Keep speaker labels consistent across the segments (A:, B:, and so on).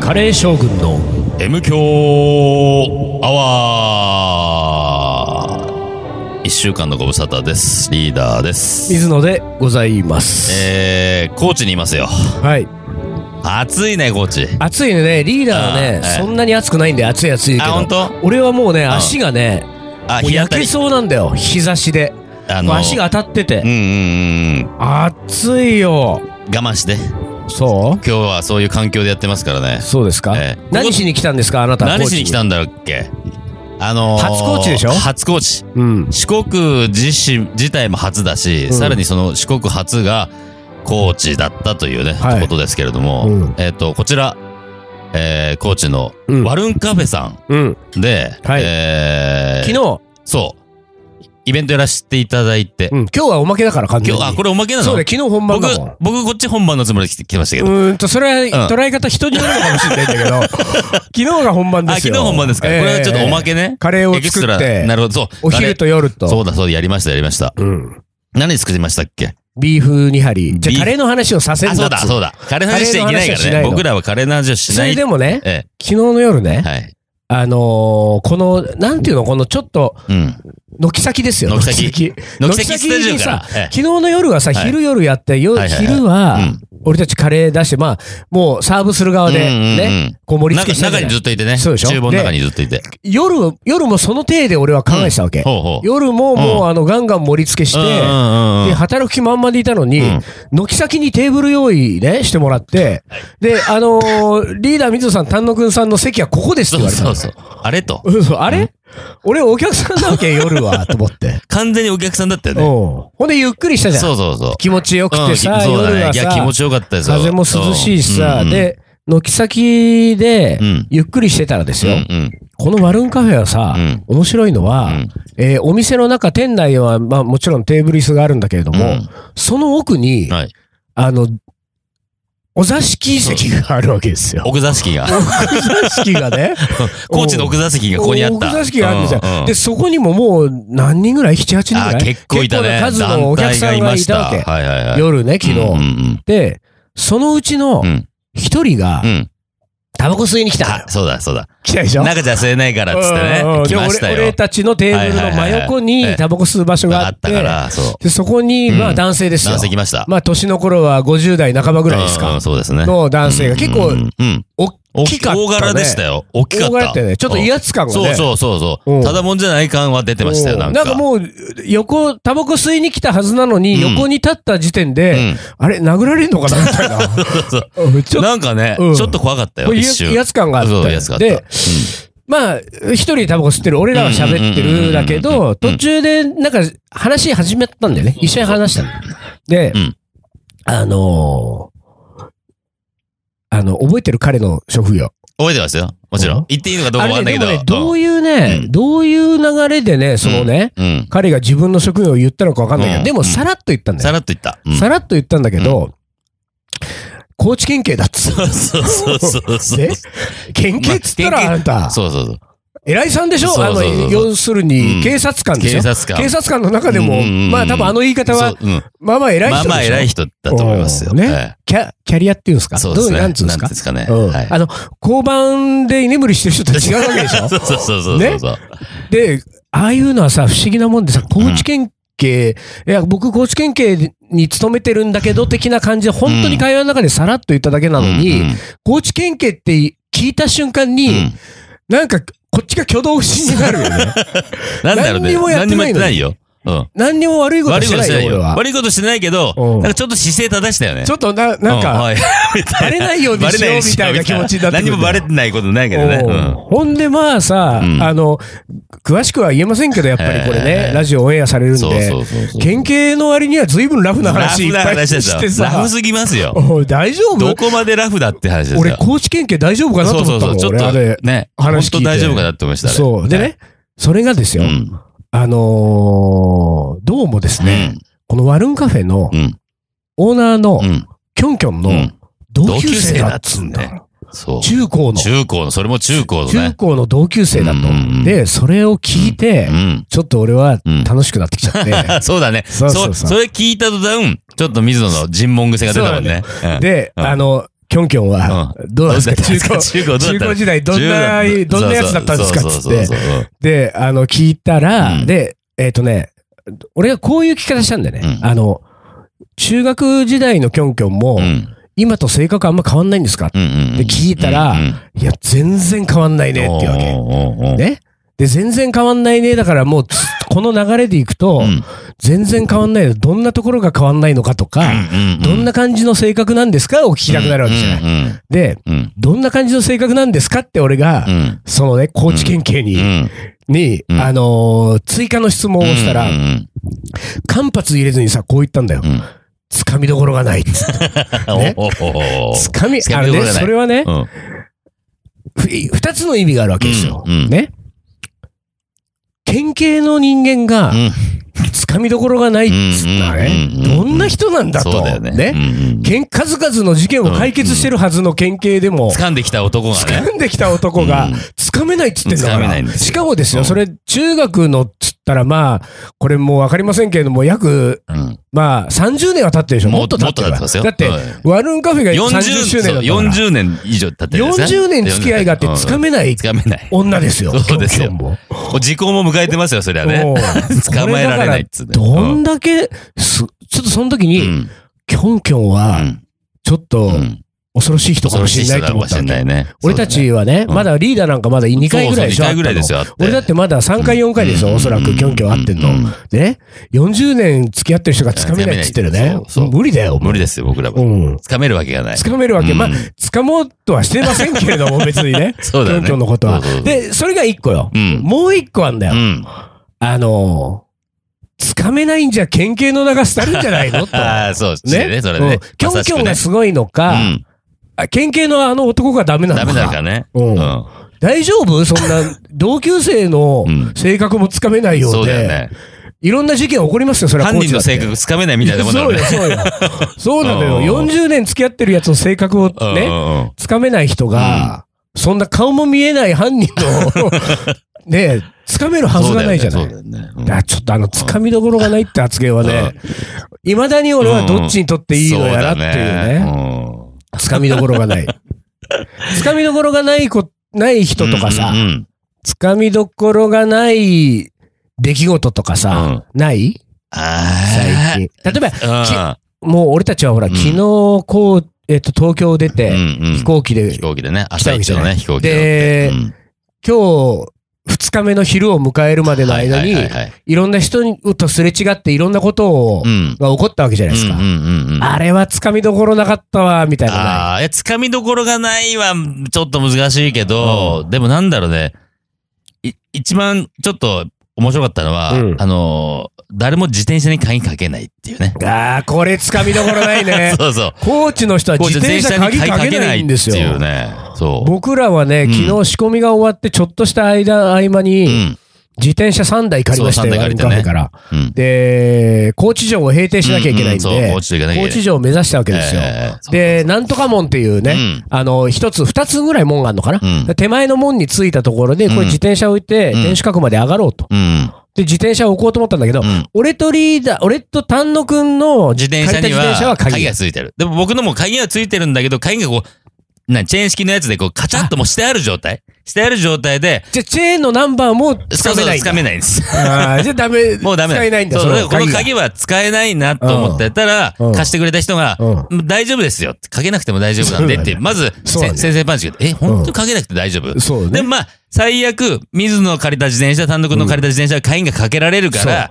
A: カレー将軍の
B: M 強アワー一週間のご無沙汰です。リーダーです。
A: 水野でございます。
B: えー、高知にいますよ。
A: はい。
B: 暑いね、高知。
A: 暑いね、リーダーはね、
B: あーはい
A: そんなに暑くないんで暑い暑いけど。
B: あ本当
A: 俺はもうね、足がね、
B: あ、
A: もう
B: 日当
A: 焼
B: た
A: け
B: り。
A: そうなんだよ、日差しで。
B: あ
A: もう足が当たって
B: うん
A: て。
B: うんうん
A: 暑いよ。
B: うん。我慢して。
A: そ
B: 今日はそういう環境でやってますからね
A: う。そうですか、
B: ええ
A: 何しに来たんですかあなた
B: 何しに来た
A: ん
B: んだっけあのー、
A: 初高知でしょ
B: 初高知。
A: うん。
B: 四国自身自体も初だし、
A: うん
B: さらにその四国初が高知だったというね、
A: はい
B: ことですけれども、
A: うん
B: えっ、と、こちら、えー、高知の
A: うん
B: ワルンカフェさ
A: うん。
B: んで、
A: はい
B: えー
A: 昨日、
B: そう、イベントやらせていただいて、
A: うん、今日はおまけだから完全
B: 今
A: に。
B: 日、あ、これおまけなの
A: そうだよ、昨日本番
B: 僕
A: だもん、。
B: 僕こっち本番のつもりで来て来てましたけ
A: う
B: ど、
A: ーんと、それは捉え方人によるのかもしれないんだけ ど、昨日が本番
B: あ、
A: です
B: 昨日
A: よ。
B: 本番ですか、
A: ええ
B: これはちょっとおまけね。
A: カレーを
B: エキス
A: 作
B: トラ
A: っ
B: な
A: て、
B: るほど、そう。
A: お昼と夜
B: あれそ
A: と。
B: うだ、そうだ、やりました、やりました。
A: うん。
B: 何作りましたっけ
A: ビーフ2針。じゃ
B: ビー
A: あカレーの話をさせ
B: あ、
A: ん
B: そ
A: な
B: う
A: っ
B: だ、
A: つ
B: そうだ。カレーの話しちゃいけないか
A: カレーの話はしない
B: らね。
A: の
B: 僕らはカレーの話をし
A: そ
B: ない。
A: れでもね、
B: え
A: 昨日の夜ね
B: え、、はい。
A: あのー、この、なんていうの、このちょっと、
B: うん。
A: 軒先ですよ。
B: 軒先軒
A: 軒
B: 先
A: 先
B: スタジオ
A: に
B: か
A: さ
B: ら、ええ
A: 昨日の夜はさ、
B: はい
A: 昼夜やって、よ
B: はいはいはい
A: 昼は
B: うん、
A: 俺たちカレー出して、まあ、もうサーブする側で、
B: うんうんうん
A: ね、こう盛り付
B: 中
A: けしたじゃな
B: 中
A: い
B: にずっといてね。
A: そうでしょ
B: 厨房の中にずっといて。
A: 夜、夜もその体で俺は考えてたわけ。
B: ほうほう。
A: 夜ももうあのガンガン盛り付けして、
B: うんうんうんうん
A: で、働く気満々でいたのに、
B: うん
A: 軒先にテーブル用意ね、してもらって、で、あのーリーダー水野さん、丹野くんさんの席はここですって
B: そ
A: 言われたの。
B: うそうそう。あれと。
A: そうそうあれ、俺お客さんなわけ夜は、と思 って。
B: 完全にお客さんだったよ
A: うん。
B: ね。
A: ほんでゆっくりしたじゃん。
B: そうそうそう。
A: 気持ちよくて
B: うん
A: さ、
B: そうだ
A: 夜
B: ね。
A: はい
B: や、気
A: さ
B: 持、ちよかったですよ。
A: 風も涼しいしさ、
B: うん、
A: で、軒先で
B: うん、
A: ゆっくりしてたらです
B: うん
A: よ、
B: うん。
A: このワルンカフェはさ、
B: うん
A: 面白いのは、
B: うん
A: えーお店の中、店内は、まあもちろんテーブル椅子があるんだけれども、
B: うん
A: その奥に、
B: はい。
A: あの、お座敷席があるわけですよ。
B: 奥座敷
A: お
B: が。。
A: 座敷がね
B: 高知の奥座敷がここにあっ
A: お
B: た。
A: 座敷があるんですよ、
B: うう
A: で、そこにももう何人ぐらい ?7、8人ぐら
B: あ
A: い
B: ー、結構いたね。
A: 結構な数のお客さんがいたわ
B: 団
A: け。
B: 体がいましたはいはいはい。
A: 夜ね、昨日。
B: うんうん
A: で、そのうちの
B: うん。うん
A: 一人が
B: う、ん。
A: タバコ吸いに来たのよ
B: あ、そうだそうだ。
A: 来たでしょ
B: 中じゃ吸えないからっつっ
A: う
B: て
A: んうん
B: ね。来
A: で
B: ました
A: 俺
B: よ
A: 俺。たちのテーブルの真横
B: はいはいはいはい
A: にタバコ吸う場所が
B: あ
A: あ
B: っ
A: ったて、
B: から、そう。
A: でそこに、
B: うん
A: まあ男性ですよ
B: 男。性来ました。
A: まあ年の頃は50代半ばぐらいです
B: うんう
A: か
B: ん。そうですね。
A: の男性が結
B: う
A: 構
B: んうん。
A: 大きかった、ね。
B: 大柄でしたよ。大きかっ
A: 大
B: た。
A: 柄だったよね。ちょっと威圧感がね。
B: そうそうそうそうう。
A: ん
B: ただもんじゃない感は出てましたよ、なん
A: な
B: か。
A: んかもう、横、タバコ吸いに来たはずなのに、
B: うん
A: 横に立った時点で、
B: うん
A: あれ、殴られんのかなみたい な。
B: そう
A: うんちょっ
B: なんかね、
A: うん
B: ちょっと怖かっ
A: と
B: たよ、
A: 威
B: 一
A: 圧
B: 瞬。
A: 威圧感があ
B: そう、威
A: っ
B: 圧
A: た。
B: 感あった
A: で、。まあ、一人タバコ吸ってる、俺らは喋ってるだけ
B: うんうんうんうんうんう
A: ど、
B: ん
A: 途中で、なんか、話始めたんだよね。一緒に話したの。で
B: うん、
A: あのーあの、覚えてる彼の職業。
B: 覚えてますよ。もちろ
A: うんん。
B: 言っていいのかどうか
A: あ
B: わか
A: れ
B: んない
A: ね、で
B: け
A: も
B: ど。
A: ね、どう
B: い
A: いうね
B: う、ん
A: どういう流れでね、そのね、
B: うん。
A: 彼が自分の職業を言ったのか分かんないけ
B: うん
A: ど、でもさらっと言ったんだ
B: さ
A: よ。
B: らっと言った。うん
A: さらっと言ったんだけど、高知県警だっつっ
B: そうそうそうそう。
A: て。県警っつった
B: まあ
A: らあんた、
B: そうそうそう。
A: 偉いさんでしょ
B: そ
A: あ
B: うそう
A: の
B: そうそう、
A: 要する
B: うん
A: に警察官でし
B: 警
A: ょ
B: 察官。
A: 警察官の中で
B: うん
A: も
B: うんうんう、ん
A: まあ多分あの言い方は
B: そう、うん
A: まあまあ偉い
B: まあ
A: 人
B: まあ偉
A: で
B: い
A: し
B: 人だと思いますよ。
A: おーね
B: ええ
A: ょキャキャリアっていうんですか
B: そうで
A: ど
B: す
A: うい
B: ね。
A: う、なんつうんです
B: な
A: か
B: んですかね。
A: うん
B: はい
A: あの、交番で居眠りしてる人と違うわけでしょ
B: そうそうそうそうそうそう。
A: で、ああいうのはさ、不思議なもんでさ、高知県警、いや、僕、高知県警に勤めてるんだけど、的な感じで、本当に会話の中でさらっと言っただけなのに、
B: うんうん
A: 高知県警って聞いた瞬間に、
B: うん
A: なんか、こっちが挙動不審になるよ ね。
B: なんだろうね。
A: 何にもやってないのに
B: よ。うん。
A: 何にも悪いこと
B: 悪い
A: し
B: こ
A: て
B: と
A: な
B: し
A: い
B: て
A: よ、俺
B: ないよ。
A: は。
B: 悪いことしてないけど、
A: うん
B: なんかちょっと姿勢正したよね。
A: ちょっとな、
B: う
A: なんか、
B: はい
A: バレないように
B: バレ
A: し
B: ない
A: よ
B: よ
A: うみたいな気持ちになってくる
B: 何もバレてないことないけどね。
A: お
B: う。
A: うんほんでまあさ、
B: うん
A: あの、詳しくは言えませんけど、やっぱりこれ
B: え
A: ね、
B: ー
A: ラジオオンエアされるん
B: そう
A: で
B: そうそうそう、
A: 県警の割には随分ラフな
B: ラ
A: 話い
B: フ
A: っ
B: な
A: ぱい
B: 話です
A: し
B: よ
A: て。
B: ラ
A: さ
B: フ、すぎま すよ。
A: おい大丈
B: ど
A: 夫
B: こまでラフだって話ですよ。
A: 俺、高知県警大丈夫かなと
B: そ
A: 思っ
B: うそう
A: た
B: そう。
A: も
B: ち
A: ん、
B: ょっ
A: 俺、あれ
B: と。ね、本
A: 話聞いて
B: 当大丈夫かなって思いました。あれ
A: そう。で。ね、それがです
B: う
A: よ、
B: ん。
A: あのー、どうもですね、このワルンカフェの
B: うん。うん。
A: オーナーの
B: うん。
A: キョンキョンの
B: うん
A: 同級生だっつうんだよ。
B: そう。
A: 中高の。
B: 中高の、それも中高の
A: 中
B: ね。
A: 高の同級生だと
B: うんうんう。ん
A: で、それを聞いて
B: う、ん。
A: ちょっと俺は楽しくなってきちゃって。
B: そうだね。そ
A: そうう
B: そ
A: そうそう
B: れ聞いた途端、ちょっと水野の尋問癖が出たもんね。う ん
A: で、
B: うん
A: あの、キョンキョンは、どうなんですか
B: 中
A: 中
B: 古、
A: 古。
B: 中古、
A: 中古時代どんな、どんなやつだったんですかっつって。
B: て。
A: で、あの、聞いたら、
B: うん
A: で、えっ、とね、俺がこういう聞き方したんだよね。
B: うん
A: あの、中学時代のキョンキョンも、
B: うん。
A: 今と性格あんま変わんないんですか、
B: うん。
A: で聞いたら
B: うん
A: いや、全然変わんないねっていうわけ。
B: わ
A: ね。で、全然変わんないね。だからもうつ、この流れでいくと、全然変わんないの。どんなところが変わんないのかとか、どんな感じの性格なんですかを聞きたくなるわけじゃない。
B: ない。
A: で、
B: うん。
A: どんな感じの性格なんですかって俺が、
B: うん。
A: そのね、高知県警に、に、
B: うん
A: あのー追加の質問をしたら、
B: うん。
A: 間髪入れずにさ、こう言ったんだよ。つかみどころがないっつって。つかみ、あれね、それはね、ふ二つの意味があるわけですよ。
B: うんうん
A: ね。県警の人間が、つかみどころがないっつったね
B: うんうん。うんうん
A: どんな人なんだと。
B: そうだよね。
A: 県数々の事件を解決してるはずの県警でも、
B: 掴んできた男がね。
A: 掴んできた男
B: う
A: が
B: ん、
A: 掴めないっつってんだか
B: 掴めないん
A: ら。
B: ですよ
A: しかもです
B: う
A: よ、
B: ん
A: それ、中学のっつったら、まあ、これもうわかりませんけれども、約、まあ、30年は経ってるでしょ。もっと経ってる
B: も
A: わ
B: っと経ってますよ
A: だって
B: はい、
A: ワルーンカフェが30
B: 40
A: 周年だったから。
B: 40年以上経ってるんですね
A: 40年付き合いがあって、掴めない
B: 掴めない。
A: 女ですよ。
B: そうですよ
A: キョンキョンも
B: お時効も迎えてますよ、そりゃね
A: も。う
B: 捕まえられないっつうね
A: こだからどんだけ、すちょっとその時
B: う
A: に、
B: ん。
A: キョンキョン
B: う
A: は、
B: ん。
A: ちょっと
B: うん
A: 恐ろしい人か
B: 恐
A: も
B: ろしい
A: し
B: 人
A: れない
B: だ
A: と
B: か
A: 思
B: も
A: っ
B: したれ
A: んだ
B: な
A: よ
B: いね。
A: 俺たちはね、
B: うん
A: まだリーダーなんかまだ2回ぐらいでしょ。
B: そうそう二回ぐらいですよ
A: あったの
B: あって
A: 俺だってまだ3回4回でしょ、おそらく、キョンキョン会ってんの。でね、40年付き合ってる人が掴めないっつってるね
B: そう。そう
A: 無理だよ、
B: 無理
A: だ
B: ですよ、僕ら
A: う
B: も。
A: ん。
B: 掴めるわけがない。
A: 掴めるわけ、
B: うん
A: まあ、掴もうとはしてませんけれども、別にね。
B: そう
A: キョ
B: だよ
A: ン
B: ね。
A: キョンのことは
B: そうそうそ。う、
A: で、それが1個よ。
B: うん
A: もう1個あんだよ
B: う。ん。
A: あのー、つかめないんじゃ県警の名が廃るんじゃない のと。
B: ああ、そう、してね、それ
A: う
B: ね
A: ん。キョンキョンが
B: まさしくね
A: すごいのか、
B: うん
A: あ県警のあの男がダメなの
B: ダ
A: か。
B: メだからね。
A: うん
B: う
A: 大丈夫そん な、同級生の
B: うん
A: 性格もつかめないよ
B: ん。そううだ
A: で、
B: よね。
A: いろんな事件起こりますよ、それは
B: 犯
A: コーチ
B: 人
A: だ
B: の
A: って
B: 性格掴めないみたいなもんだ
A: そ
B: よ
A: うよ、
B: ね。
A: そうよ。そうなの よ。
B: うん
A: 40年付き合ってるやつの性格を
B: うん
A: ね、つかめない人が、そんな顔も見えない犯人 の、ね、つかめるはずがないじゃない
B: そうだ。よね。そう
A: だからちょっとあの、つかみどころがないって発言はね、いまだに俺はどっちにとっていいのやらっていうね、つかみどころがない。つかみどころがないこ、ない人とかさ、つかみどころがない出来事とかさ、ない
B: ああ。
A: 最近。例えば、
B: 近。
A: もう俺たちはほら、
B: うん
A: 昨日、こう、えっと、東京を出
B: うん
A: て、
B: うん
A: 飛行機で
B: 飛、行機でね。
A: 来た
B: 朝
A: わけ
B: 一
A: じゃ
B: の
A: な
B: ね、飛行機
A: で
B: 乗って
A: 今日、二日目の昼を迎えるまで
B: うん
A: の間に
B: は、いはいはいはい
A: いろんな人とすれ違っていろんなことを
B: う、ん。
A: が起こったわけじゃないですか
B: うん。うんうんうん。
A: あれはつかみどころなかったわ、みたいなね。
B: ああ、いや、つかみどころがないは、ちょっと難しいけど、でもなんだろうね。い、一番、ちょっと、面白かったのは、
A: うん
B: あのー誰も自転車に鍵かけないっていうね。
A: ああ、これつかみどころないね。
B: そうそう。
A: 高知の人は自転車鍵かけないんです
B: 自転
A: よ
B: 車に。鍵かけないっていうね。そう。
A: 僕らはね、
B: うん
A: 昨日仕込みが終わって、ちょっとした間、合間
B: う
A: に、
B: ん。
A: 自転車3台借りましたよ、
B: そう
A: ワイン
B: 3台
A: カフ
B: 借り
A: ェ
B: た
A: から。
B: ねうん。
A: で、高知城を閉店しなきゃいけないん
B: ううそう、
A: で
B: 高、知と行かなき
A: 高
B: ゃいけない
A: 知城を目指したわけですよ。
B: ええ
A: で、なんとか門っていうね、
B: うん
A: あの、一つ、二つぐらい門があるのかな、
B: うん
A: 手前の門に着いたところで、これ自転車置いて、
B: うん
A: 天守閣まで上がろうと。
B: うん。
A: で、自転車を置こうと思ったんだけど、
B: うん
A: 俺とリーダー、俺と丹野くんの
B: 自転車
A: 借り
B: に
A: た自転車
B: は
A: は
B: 鍵
A: 鍵
B: がついてる。でも僕のも鍵がついてるんだけど、鍵がこう、なチェーン式のやつでこうカチャッともうしてある状態してある状態で、
A: じゃあ、チェーンのナンバーもつ
B: そ
A: かめ
B: うそう
A: ないん
B: つ
A: だ
B: かめないんです。
A: あーじゃあダメ。
B: もうダメだ。
A: 使えないんだ、
B: そう
A: そ
B: だから
A: の
B: こ
A: 鍵
B: の
A: が。
B: 鍵は使えないなと思ってたら、
A: うん
B: 貸してくれた人が、大丈夫ですよって。かけなくても大丈夫なんでって、
A: そうだね
B: まず、
A: そうだ
B: せ
A: ね
B: 先生パンチが、え、本当にかけなくて大丈夫、
A: そう
B: で
A: ね
B: も。まあ、最悪、水野の借りた自転車、単独の借りた自転車、会員がかけられるから、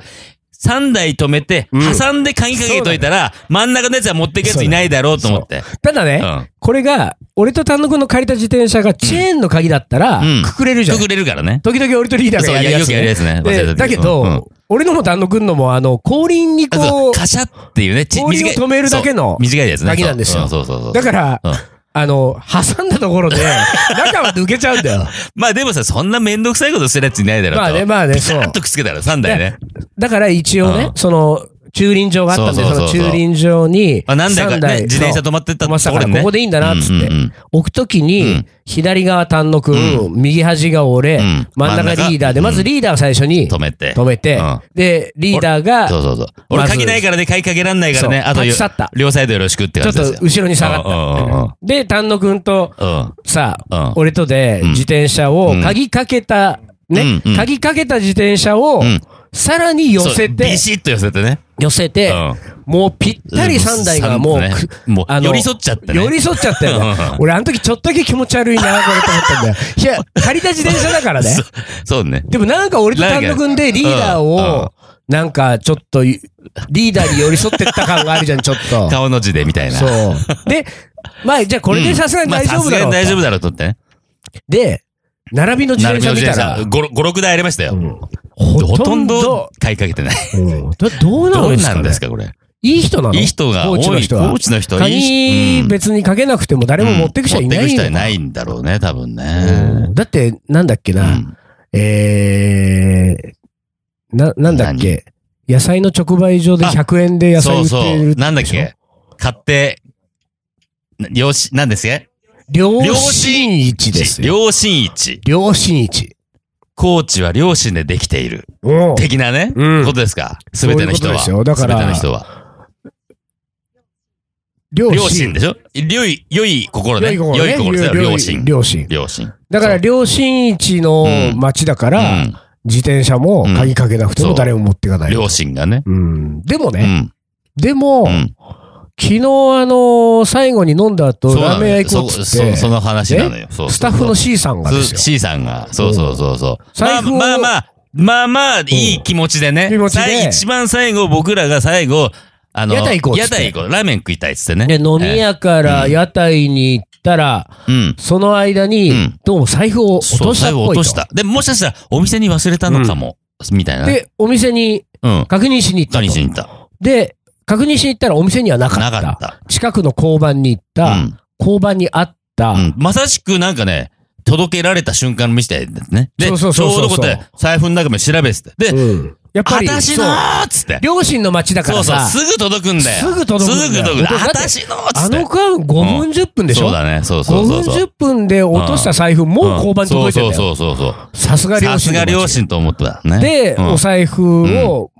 B: 3台止めて、
A: うん
B: 挟んで鍵かけといたら、真ん中のやつは持ってくやついないだろうと思って。
A: ただね、
B: うん
A: これが、俺と丹野くんの借りた自転車がチェーンの鍵だったら、
B: うん
A: くくれるじゃ
B: く
A: ん。
B: くれるからね。
A: 時々俺とリーダーが
B: そう、
A: や
B: い
A: る
B: や
A: や
B: よ
A: つ、
B: くやるやつね。忘れ
A: で
B: たけ
A: だけど、
B: うん
A: 俺のも丹野くんのも、あの、後輪に
B: あそ
A: こ
B: う
A: う、
B: カシャっていうね、ち
A: 氷を止めるだけの
B: そう短いやつね。
A: 鍵なんですよ
B: そううんそうそうそう。
A: だから、
B: うん
A: あの、挟んだところで、中は抜けちゃうんだよ。
B: まあでもさ、そんなめんどくさいことするやついないだろうと。
A: まあね、まあね、
B: ピタ
A: そう
B: ッ。とくっつけたら3台ね。
A: だから一応ね
B: う、ん
A: その、駐輪場があったんで、
B: そう
A: そ
B: そうそ
A: の
B: うそう
A: 駐輪場に、
B: あ、何台か
A: 三
B: ね、自転車
A: そう
B: 止まってた
A: 止まってた
B: とこ
A: か
B: ろに
A: ら、
B: ね。
A: ここでいいんだな、っつって。
B: うんうん
A: 置くときに、
B: うん
A: 左側丹野く、
B: うん
A: 右端が俺、
B: うん
A: 真ん中リーダーで、
B: 真
A: ま
B: ん中
A: ずリーダーを最初
B: う
A: に
B: ん止めて。
A: 止めて、
B: うん
A: で、リーダーが、
B: そうそうそう。俺
A: まず
B: 鍵ないからね、鍵かけらんないからね、
A: そう
B: あとよ
A: 立ち去った
B: 両サイドよろしくって
A: ちょ
B: 感
A: っ
B: じです
A: と
B: よ。
A: 後ろに下が
B: うんうんうんうん
A: った。で、丹野くんと、
B: うん。
A: さ
B: うん
A: あ、俺とで
B: うん
A: 自転車を
B: うん、
A: 鍵かけた、ね
B: うんうん、
A: 鍵かけた自転車を
B: うん、
A: さらに寄せ
B: そう
A: て
B: ビ、シッと寄せてね。
A: 寄せて
B: うん、
A: もうぴったり3台がもう
B: 三台ね、
A: く
B: もう
A: あの
B: 寄り添っちゃってね
A: 寄り添っちゃったよね
B: うんうん。
A: 俺、あの時ちょっとだけ気持ち悪いな、これと思った んだよ。いや、借りた自転車だからね。
B: そうね。
A: でもなんか俺と単独んでリーダー
B: うんうん
A: を、なんかちょっと、リーダーに寄り添ってった感があるじゃん、ちょっ と。
B: 顔の字でみたいな。
A: そう。で、まあ、じゃあこれでさすがに大丈夫だろ
B: まあさすがに
A: うと
B: 大丈夫だろうとってね。
A: で、並びの自
B: 並
A: 転
B: びの
A: 車見
B: 自
A: た
B: 転
A: ら
B: 車、、5、6台ありましたよ。
A: ほ
B: ほ
A: と
B: と
A: ん
B: ん
A: ど
B: ど、買いかけてない。
A: うんだどうな
B: ど
A: の
B: う
A: です
B: な
A: か,、
B: ん
A: ね
B: ですか、これ。
A: いい人なの
B: いい人が多い。
A: 高知の人は
B: 高知の人はいい人
A: 鍵
B: うん
A: 別にかけなくても誰も持ってく人はいな
B: 持って
A: い
B: く
A: の
B: 人
A: か
B: はいないんだろうね、多分
A: う
B: ね。
A: んだって、なんだっけ
B: う
A: な、
B: ん
A: えー、な、なんだっけ野菜の直売所で
B: あ
A: 100円で野
B: そ
A: 菜売
B: う
A: って
B: そ
A: る
B: う。なんだっ
A: でしょ
B: け買って、よし、なんですか
A: 良心市ですよ。
B: 両親一。
A: 良心市。
B: 高知は両親でできている。
A: うん
B: 的なね、
A: うん
B: ことですか。すべての人は。
A: そういうことですよだから
B: すべての人は。
A: 良
B: 両親でしょ良い、良い心ね。
A: 良
B: 良い
A: い
B: 心
A: 心
B: です
A: ね
B: よ。両親。
A: 良心。
B: 両親。
A: だから、良心市の町だから、
B: うん
A: 自転車も鍵かけなくて
B: そ
A: も
B: う
A: 誰も持っていかない。
B: 両親がね。
A: うん。でも
B: う
A: ね、
B: ん。
A: でも、
B: うん
A: 昨日あのー最後に飲んだ後、ラーメン屋行こうっつ
B: そ
A: っ
B: そ
A: て、
B: その話なのよ。そうそうそう
A: スタッフの C さんがですよ。
B: C さんが。そうそうそうそう。まあ
A: 財布を
B: まあまあ、まあまあ、いい気持ちでね。
A: 気持ちで
B: 最一番最後、僕らが最後、あの、
A: 屋台行こうっつ
B: 屋
A: って
B: 台行こう。ラーメン食いたいっつってね。
A: で、飲み屋から屋台に行ったら、
B: ええうん。
A: その間
B: う
A: に
B: ん、
A: どうも財布を落
B: そう
A: としたっ
B: 最後
A: ぽ
B: 落
A: いと。
B: とした。でも、もしかしたら、お店に忘れたのかも。みたいな。
A: で、お店に
B: うん。
A: 確認しに行った
B: 何し
A: と。
B: に行った
A: で、確認しに行ったらお店にはなか
B: な
A: った。
B: かった。
A: 近くの交番に行っ
B: う
A: た、
B: ん
A: 交番にあった、
B: うん。まさしくなんかね、届けられた瞬間見せてですね。で、ち
A: そう
B: ょう
A: そうそうそう
B: どこで財布の中も調べてて。で、
A: うんやっぱり、
B: 私
A: そ
B: の
A: う
B: ーっつって。
A: 両親の町だか
B: そ
A: ら
B: うそう、
A: さ、
B: すぐ届くんだよ。
A: すぐ届くんだよ
B: すぐ届く。
A: だって
B: 私のーっつ
A: あ
B: って
A: の。間5分10分でし
B: そ
A: ょ
B: うだね。そうそうそう
A: 5
B: そう。
A: 分10分で落とした財布、もう交番に届いてるんだよ。
B: そうそうそうそう
A: さす
B: そ
A: が
B: う。
A: 両親
B: さす
A: の
B: が
A: 町。
B: 両親と思ったね。
A: で、
B: うん
A: お財布を、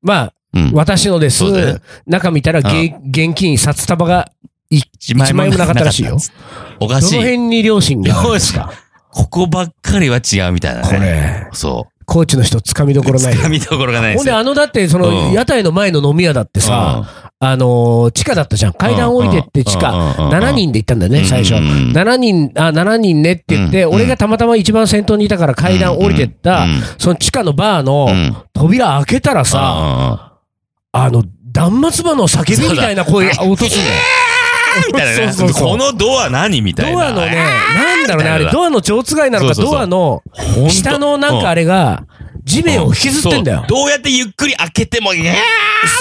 A: まあ、
B: うん
A: 私のです
B: そうだよ。
A: 中見たら、げ現金、札束がい
B: 一
A: 1枚もなかったらしいよ。。
B: お
A: ど
B: か
A: の
B: しい。
A: 辺に両親があるんですか
B: ここばっかりは違うみたいなね。
A: これ。
B: そう。
A: 高知の人、つかみどころないよ
B: 掴。みどころがないで
A: ほん
B: す
A: で、
B: よ。
A: あの、だって、そ
B: うん
A: の、屋台の前の飲み屋だってさ、あのー、地下だったじゃん。階段降りてって地
B: うんうんうん
A: 下、
B: うん
A: 7人で行ったんだよ
B: うん
A: ね、最初。
B: うんうん
A: 7人、あ、7人ねって言って、
B: うんうん
A: 俺がたまたま一番先頭にいたから階段降りてった
B: うんうん、
A: その地下のバーの
B: うん
A: 扉開けたらさ、
B: さ、
A: あの、断末魔の叫びみたいな声落とすんだよ。
B: みたいなね。
A: そうそうそう
B: このドア何みたい
A: ド
B: な。
A: アのね、なんだろうね、あれ、ドアの蝶番なのか、
B: そうそうそう
A: ドアの
B: ほんと
A: 下のなんかあれが、地面を引きずってんだよ
B: そう。どうやってゆっくり開けても、イエーっ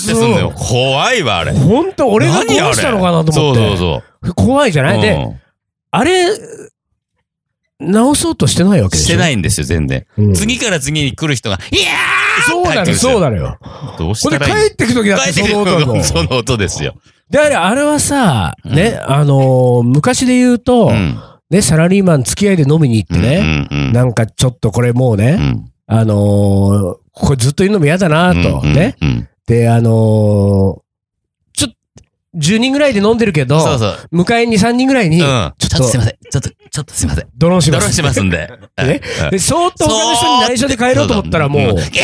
B: てすんだよ。怖いわ、あれ。
A: ほんと、俺が
B: 何あれ
A: 壊したのかなと思って。
B: そうそう
A: 怖いじゃ
B: そう
A: な
B: う
A: い
B: ん。
A: で、あれ、直そうとしてないわけでしょ
B: してないんですよ、全然。
A: うん
B: 次から次に来る人が、いや
A: そうなのよ、そうなのよ。
B: ーどうし
A: ほん
B: た
A: で、
B: らいい
A: 帰ってくときだって
B: 帰
A: その
B: く
A: 音だもん
B: る。その音ですよ。
A: で、あれ、あれはさ、
B: うん
A: ね、あのー、昔で言うと
B: う、ん
A: ね、サラリーマン付き合いで飲みに行ってね、
B: うんうんうん
A: なんかちょっとこれもう
B: う
A: ね、
B: ん
A: あのー、これずっといるのも嫌だなと、
B: うん
A: ね。
B: うん
A: で、あのー、ちょっ10人ぐらいで飲んでるけど、
B: そうそう。
A: 向かいに3人ぐらいに、
B: う
A: ちょ
B: ん。ちょっ
A: っ
B: とす
A: と
B: いません。ちょっと、ちょっとすいません。
A: ドローンし
B: ド
A: ま
B: ロー
A: す。
B: しますんで。
A: え
B: うん
A: で、そーっと他の人に内緒で帰ろうと思ったらもう、
B: そだねんいや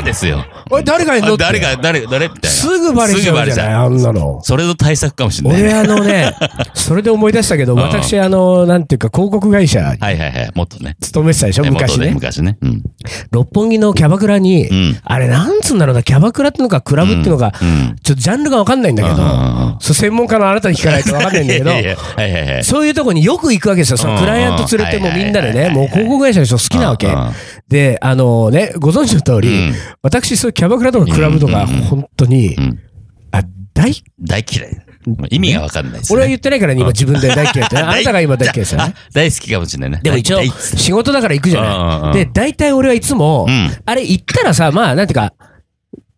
B: ーですよ。
A: おい、誰がいんの
B: あ
A: って
B: 誰が、誰、誰みたいな。
A: すぐバレちゃうじゃない、あんなの。
B: それの対策かもしれない
A: 俺
B: ね。
A: あの ね、それで思い出したけど、
B: うん
A: 私あの、なんていうか広告会社に
B: はいはいはい。もっとね。
A: 勤めてたでしょ、
B: ねもっ
A: 昔
B: と
A: ね。
B: 昔ね。うん。
A: 六本木のキャバクラに
B: う、ん。
A: あれなんつうんだろうな、キャバクラってのかクラブってのか、
B: うん。
A: ちょっとジャンルがわかんないんだけ
B: うんうんうん
A: ど、そう専門家のあなたに聞かないとわかんないんだけど
B: いや、いやはいはいはい。
A: そういうとこによく行くわけですよ。そのクライアント連れて
B: うん
A: も
B: うん
A: みんなで
B: はい
A: ね、
B: はいはい
A: もう広告会社の人好きなわけ
B: うんうん。
A: で、あのね、ご存知の通り
B: うん、
A: 私、そういうキャバクラとかクラブとか、
B: うんうんうん
A: 本当に
B: うん、
A: あ、大嫌い
B: 大嫌い。意味がわかんないですね。
A: 俺は言ってないからね今自分で大嫌いってね。あなたが今大嫌いですよね。
B: あ 大好きかもしれないね。
A: でも一応
B: 大、
A: 仕事だから行くじゃ
B: うんうんう
A: なんい。で、大体俺はいつも
B: うん、
A: あれ行ったらさ、まあ、なんていうか、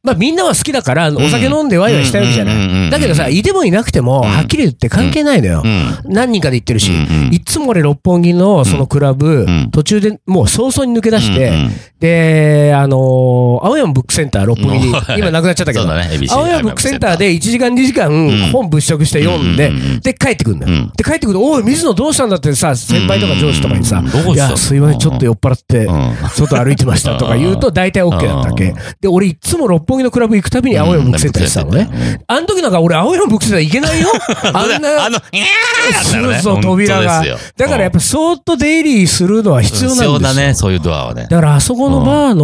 A: まあみんなは好きだから、お酒飲んでワイワイしたいわけじゃ
B: うんうんうんう
A: なんい。だけどさ、いてもいなくても、
B: ん
A: はっきり言って関係ないのよ
B: う。ん。
A: 何人かで行ってるし
B: うんう。ん
A: いつも俺六本木のそのクラブ
B: ん、
A: 途中でもう早々に抜け出して
B: うんうん、
A: で、あのー青山ブックセンター六本木に
B: もう、
A: 今なくなっちゃったけど、
B: そうだね ABC
A: 青山ブックセンターで1時間2時間
B: ん
A: 本物色して読んで
B: うんうんうん、
A: で帰ってくるんだ
B: うん
A: よ。で帰ってくると、おい、水野どうしたんだってさ、先輩とか上司とかにさ
B: うんどうした、の
A: いや、すいません、ちょっと酔っ払って
B: うん、
A: 外歩いてましたとか言うと大体 OK だったわ
B: う
A: け
B: ん。
A: で、俺いつも六本木のクラブ行くたびに青山ブックセンターにしたのね
B: う。
A: あの時なんか俺青山ブックセンター行けないよ。あんな、
B: あの、いやーだっ た
A: そ
B: ら
A: う
B: ね
A: そう、扉が
B: 本当ですよ。
A: だからやっぱそーっと出入りするのは必要なんですよ。
B: 必要だね、そういうドアはね。
A: だからあそこのバー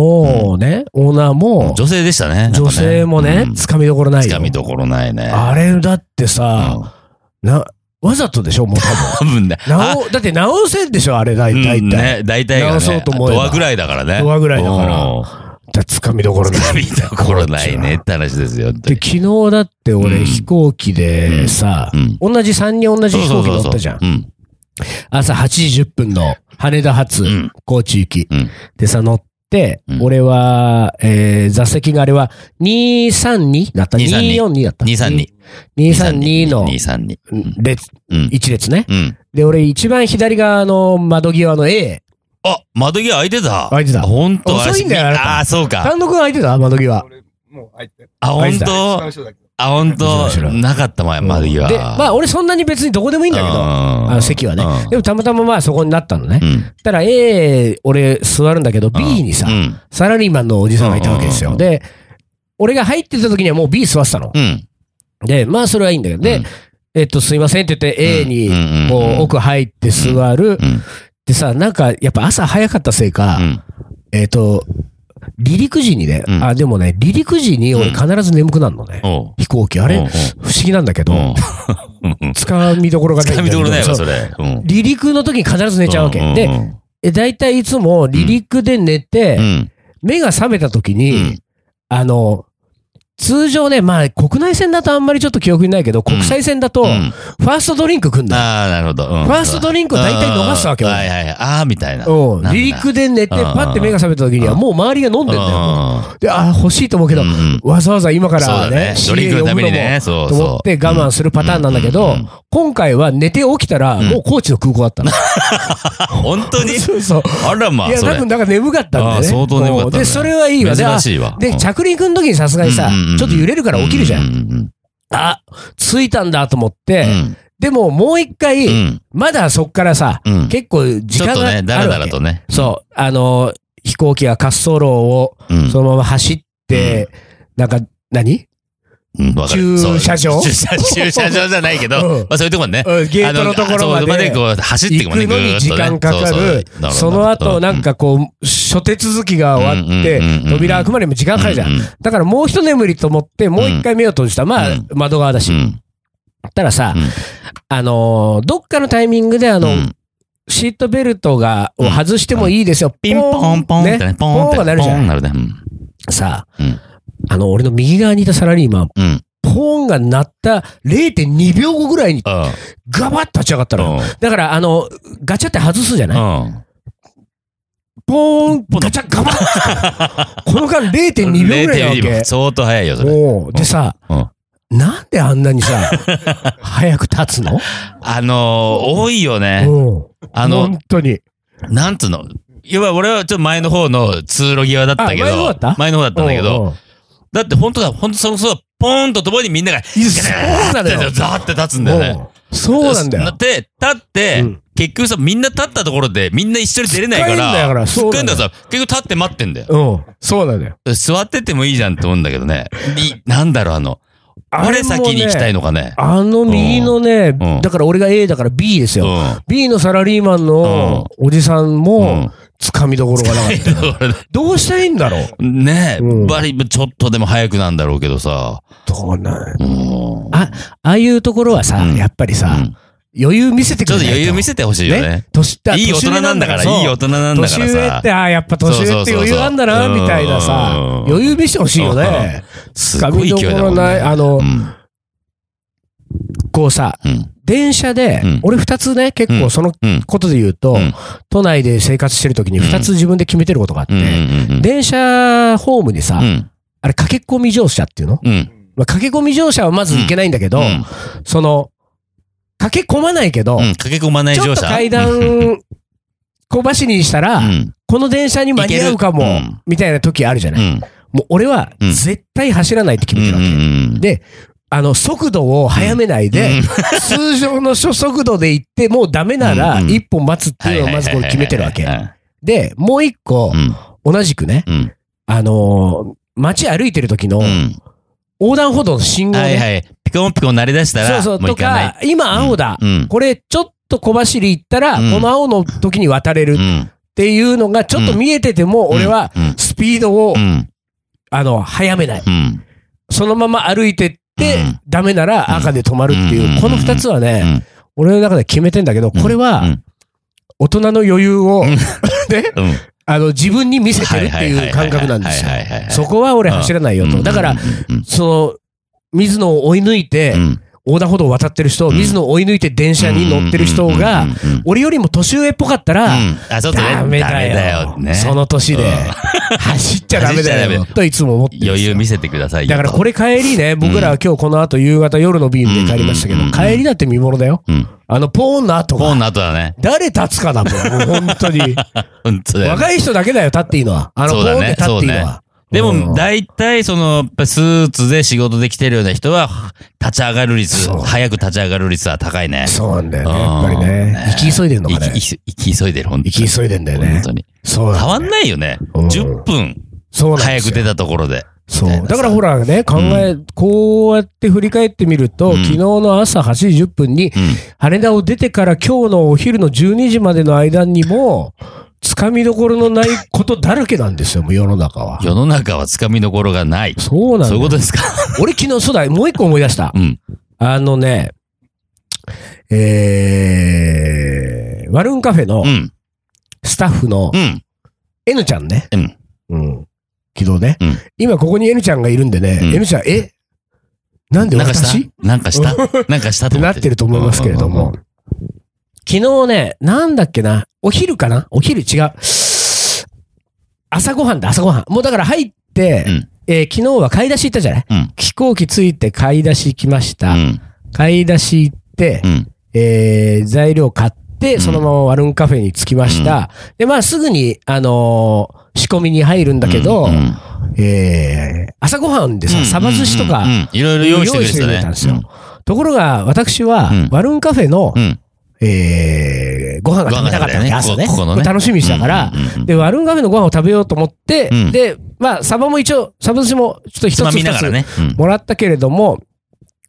A: のね、オーナーも、
B: 女性でしたね。
A: 女性もね、つかみどころない
B: つ
A: よ
B: か。みどころないね。
A: あれだってさ、
B: 多
A: な、わざとでしょ、もう多 分。
B: 分ね。あ
A: なお、だって直せんでしょ、あれ大体。
B: うんね、大体が
A: 直そう
B: ね
A: と、思えば
B: ドアぐらいだからね。
A: ドアぐらいだから
B: うん
A: じゃつかみどころない。
B: つかみどころないねって話ですよ。
A: で、昨日だって
B: うん
A: 俺飛行機でさ、
B: うん
A: 同じ3人同じ飛行機乗ったじゃん。
B: うん。
A: 朝8時10分の羽田発
B: ん、
A: 高知行き。
B: うん。
A: でさ、乗って、
B: うん
A: 俺は、えー、座席があれは、232だった
B: 232
A: ?242 だった
B: 232。
A: 232の
B: 232。
A: 列、
B: うん。
A: 一列ね。
B: うん。
A: で、俺一番左側の窓際の A。
B: あ、窓際開いてた
A: 開いてた
B: ほんと。
A: 遅いんだよ
B: あ
A: あ
B: れ
A: な
B: し
A: た
B: あー、そうか。
A: 単独が空いてた窓際。
C: 俺もう入って。
B: あ、ほんと
C: 下。の人だけど。
B: あ、ほんと
A: 後ろ。後ろ
B: なかった前、窓際。
A: で、まあ俺そんなに別にどこでもいいんだけど、あの席はね。でもたまたままあそこになったのね。
B: うん。うん
A: たら A、俺座るんだけど B にさ、
B: うん。
A: サラリーマンのおじさんがいたわけです
B: うん
A: よ。で、俺が入ってた時にはもう B 座ってたの
B: う。ん。
A: で、まあそれはいいんだけど、
B: う
A: で
B: ん、
A: えっと、すいませんって言って A
B: うん
A: に、
B: うんうん
A: こう奥入って座る
B: う。ん。
A: でさ、なんかやっぱ朝早かったせいか
B: う、ん。
A: えっ、と、離陸時にね、
B: うん
A: あ、でもね、離陸時に俺必ず眠くなるのね。
B: おう。
A: 飛行機。あれ、
B: うんうん
A: 不思議なんだけど、
B: うん。
A: つかみどころが
B: つかみどころない
A: そ
B: わ、
A: う
B: それ。うん。
A: 離陸の時に必ず寝ちゃうわけ。
B: うんうんうん
A: で、え大体いつも離陸で寝て、
B: うん。
A: 目が覚めた時に、
B: うん
A: あの、通常ね、まあ国内線だとあんまりちょっと記憶にないけど、国際線だと、
B: う
A: フ
B: ん
A: ァーストドリンクくんだ。
B: ああ、なるほど。フ
A: ファーストドリンクを大体逃すわけよ
B: はいはいはい。ああ、みたいな。
A: うん
B: なんだ
A: 離陸で寝て、
B: うん
A: パって目が覚めた時には、もう周りが飲んでんだよ。で、あ、欲しいと思うけど、
B: うんうん
A: わざわざ今か
B: そう
A: ら
B: だ
A: ね
B: ね、。ドリンクのためにね。そう
A: と
B: そう。
A: 思って我慢するパターンなんだけ
B: うんう
A: ど
B: んうん、
A: 今回は寝て起きたら、もう高知の空港だったの。
B: あ本当に
A: そうそう。
B: あらま
A: い
B: あ、
A: や、
B: そ
A: 多
B: れ。
A: 分なんか眠かったんだ
B: あ
A: よ
B: ー
A: ね。
B: 相当眠かったね
A: うんで、それはいいわ。で
B: 珍しいわ
A: あで、
B: うん
A: 着陸の時にさすがにさ
B: うんうんうんう、ん
A: ちょっと揺れるから起きるじゃ。
B: うんうん
A: あ、着いたんだと思っ
B: う
A: て、
B: ん。
A: でももう一
B: う
A: 回、
B: ん。
A: まだそっからさ
B: うん、
A: 結構時
B: ちょっ
A: 間
B: と
A: があ
B: ね、
A: る
B: だらだ
A: わ
B: ら
A: け
B: と。ね。
A: そう。あの、飛行機が滑走路を
B: うん
A: そのまま走って、なんか、何
B: うんわかる
A: 駐車場
B: そう駐車駐車場じゃないけど、
A: うん
B: まあそういうとこね。
A: うんゲートのところま
B: あのあ
A: で
B: そこまでこう走っていく
A: 行
B: も
A: く
B: んね、
A: のに時間かかる。その後、なん
B: か
A: かこう、諸手続きが終わって
B: うんうんうんうん、
A: 扉開くまでも時間かかるじゃ
B: うん
A: ん
B: うん。
A: だからもう一眠りと思って、もう一回目を閉じた。まあ
B: うん、
A: 窓側だし。ったらさ
B: うん、
A: あのー、どっかのタイミングで、あの、シートベルトが、を外してもいいですよ。
B: ピンポンポンってね、ポン
A: ポ
B: っ
A: ン
B: て
A: が鳴るじゃん
B: ポンなるね。うん
A: さあ
B: うん、
A: あの、俺の右側にいたサラリーマン、
B: うん。
A: ポーンが鳴った0.2秒後ぐらいに、
B: あ
A: ガバッと立ち上がったのよ
B: うん。
A: だから、あの、ガチャって外すじゃない
B: あうん。
A: ポーン、ガチャ、ガバッ この間0.2秒ぐらいなわ
B: 0.2秒
A: け。
B: 相当早いよ、それ。
A: おうでさ、
B: うん
A: なんであんなに さ、早く立つの
B: あのー、多いよね。
A: うん
B: あの
A: 本、当に。
B: なんつうの。要は俺はちょっと前の方の通路際だったけど、
A: あ前の方だった
B: 前の方だったんだけ
A: う
B: ど、
A: んうん
B: だって本当だ、本当そのそう、ポーンとともにみんなが、
A: いやそうなのよ
B: ザーって立つんだよね。
A: うんそうなんだよ。
B: で、立って、
A: うん
B: 結局さ、みんな立ったところで、みんな一緒に出れないから、
A: つっかえんだよだから
B: つっかえんだよ
A: そ
B: さ、結局立って待ってんだよ。
A: うん。そうなんだよ。
B: 座っててもいいじゃんって思うんだけどね。いなんだろう、あの、
A: あれ
B: 我
A: もね
B: 先に行きたいのかね。
A: あの右のね
B: うん、
A: だから俺が A だから B です
B: うん
A: よ。。B のサラリーマンのおじさん
B: うん
A: も、つかみどころがなか った。どうしたらいいんだろう
B: ねえ、
A: うん
B: バリ、ちょっとでも早くなんだろうけどさ。
A: どうなん
B: うん
A: あ、ああいうところはさ、
B: うん
A: やっぱりさ、
B: うん
A: 余裕見せてく
B: ちょ
A: れな
B: っと
A: いと
B: 余裕見せてほしいよね。
A: 年だ
B: いい大人なんだから、い
A: 年上
B: い大人なんだから
A: 年上っ
B: さ
A: て、。ああ、やっぱ年上って余裕あんだ
B: そう
A: な、
B: そうそうそう
A: みたいなさ
B: う、ん
A: 余裕見せてほしいよね。つ
B: す
A: か
B: ご
A: み
B: い
A: ど
B: 勢
A: こ
B: いだも
A: ろ
B: ん
A: ない、
B: ね。
A: あの
B: う、ん
A: こうさ、
B: うん
A: 電車で
B: うん、
A: 俺二つね、結構その
B: うん
A: ことで言うと
B: うん、
A: 都内で生活してる時に二つ自分で決めてることがあっ
B: うんうん
A: て、
B: うんうん
A: 電車ホームにさ
B: う、ん
A: あれ、駆け込み乗車っていうの、
B: うん。
A: まあ、駆け込み乗車はまずいけないんだけど、
B: うん
A: その、駆け込まないけど、
B: うん。駆け込まない
A: ちょ
B: 乗
A: っと
B: 車。
A: 階
B: うん。
A: 段小走りにしたら、
B: うん
A: この電車に間に合うかも
B: いけるうん、
A: みたいな時あるじゃ
B: う
A: ない。
B: ん。
A: もう俺は
B: うん
A: 絶対走らないって決
B: う
A: めてるわけ。
B: ん。
A: で、あの、速度を早めないで、通常の初速度で行って、もうダメなら、
B: うんうん
A: 一本待つっていうのをまずこれ決めてるわけ
B: は。いはいはい
A: で、もう一個
B: は、い
A: 同じくね、
B: うん。うん。
A: あのー街歩いてる時の
B: うん。
A: 横断歩道の信号
B: はい
A: ね。
B: はい。ピコンピコン鳴り出した
A: そう
B: ら、
A: そう、
B: も
A: と
B: う行かない
A: か。、今青だ
B: う。ん。
A: これ、ちょっと小走り行ったら、
B: うん
A: この青の時に渡れる
B: う
A: っ
B: ん。
A: ていうのが、ちょっと見えてても、俺は、
B: うん、
A: スピードを
B: う、ん。
A: あの、早めない。
B: うん。
A: そのまま歩いてって
B: うん、
A: ダメなら赤で止まるって
B: う
A: いう、
B: ん
A: この二つは
B: う
A: ね、
B: ん
A: 俺の中で決めてんだけど、これ
B: う
A: は
B: ん、
A: 大人の余裕を、
B: うん
A: ね、
B: うん。
A: あの、自分に見せてるっていう感覚なんですよ。そこは俺走らないよ
B: う
A: と。
B: ん
A: だから
B: うん、うん
A: その、水野を追い抜いて
B: う、ん
A: 横断歩道を渡ってる人、
B: うん
A: 水野を追い抜いて電車に乗ってる人
B: うん
A: が、
B: うんうんうん
A: 俺よりも年上っぽかったら、
B: うんあ、ちょっとね、
A: ダ
B: ダ
A: メ
B: メ
A: だよ
B: だよ。ね。
A: その年で、
B: うん
A: 走っちゃダメだよ
B: 走っちゃダメ
A: といつも思ってるんで
B: 余
A: すよ
B: 裕見せてくださいよ。
A: だからこ
B: れ、
A: れ帰りね、僕らは今日この後夕方夜の便で帰りましたけど
B: うん、
A: 帰りだって見ものだよ。
B: うん。
A: あの、ポーンの後
B: ポー
A: が。
B: ンの後だね。
A: 誰立つかだもん、もう本当 に。
B: 本当だよね。
A: 若い人だけだよ、立っていいのは。あの、ポ
B: そう
A: ー
B: だ
A: ンで
B: ね
A: 立っていいのは。
B: で
A: うん
B: も、大体、その、やっぱスーツで仕事できてるような人は、立ち上がる率、
A: そう
B: 早く立ち上がる率は高いね。
A: そうなんだよね、やっぱりね。生き急いでんの
B: 行
A: かね
B: き。行き行き急いでる、本当に。
A: 生き急いでんだよね
B: 本当に。
A: そう
B: 変わ
A: なんんだよ。
B: ないよね。
A: うん
B: 10分
A: そうなんで
B: 早
A: す
B: く
A: よ
B: 出たところで。
A: そ。
B: みたいうな
A: だからほらね、考え、こうやって振り返ってみると、
B: うん
A: 昨日の朝8時10分に、
B: うん。
A: 羽田を出てから今日のお昼の12時までの間にも、つかみどころのないことだらけなんですよ、もう世の中は。
B: 世の中はつかみどころがない。
A: そうなん
B: そ
A: だ
B: ういう
A: よ
B: ことですか
A: 俺昨日、そうだ、もう一個思い出した
B: う。ん。
A: あのね、えー、ワルーンカフェの
B: うん。
A: スタッフの
B: うん。
A: N ちゃんね。
B: うん。
A: うん。昨日ね
B: うん。
A: 今ここに N ちゃんがいるんでね、
B: うん
A: N ちゃん、えなんで
B: なんかし
A: 私
B: たなん かしたなんかした
A: って
B: と思
A: な
B: っ
A: っててると思いますけれども。。昨日ね、なんだっけな、お昼かなお昼違う。朝ごはんだ、朝ごはん。もうだから入って、
B: うん
A: えー昨日は買い出し行ったじゃない
B: うん。
A: 飛行機着いて買い出し行きまし
B: う
A: た。
B: ん。
A: 買い出し行って、
B: うん。
A: えー材料買って、
B: ん
A: そのままワルンカフェに着きました。で、まあすぐに、あのー仕込みに入るんだけど、
B: うんうん
A: えー朝ごはんでさ、サバ寿司とか、
B: うんうんうんいろいろ用意してくれてた
A: 用意してくれたんです
B: ね
A: よ。ところが、私は、
B: うん
A: ワルーンカフェの、
B: うん。
A: えー、ご飯が食べたかったわけ、
B: ご飯が食
A: 朝
B: べたいね
A: ね。
B: こここのね
A: 楽しみにしたから
B: うんうんうんう、ん
A: で、ワルーンカフェのご飯を食べようと思って
B: う、ん
A: で、まあ、サバも一応、サバ寿司もちょっと一
B: つ
A: つ
B: まみながら
A: 二
B: ね。うん
A: つもらったけれども、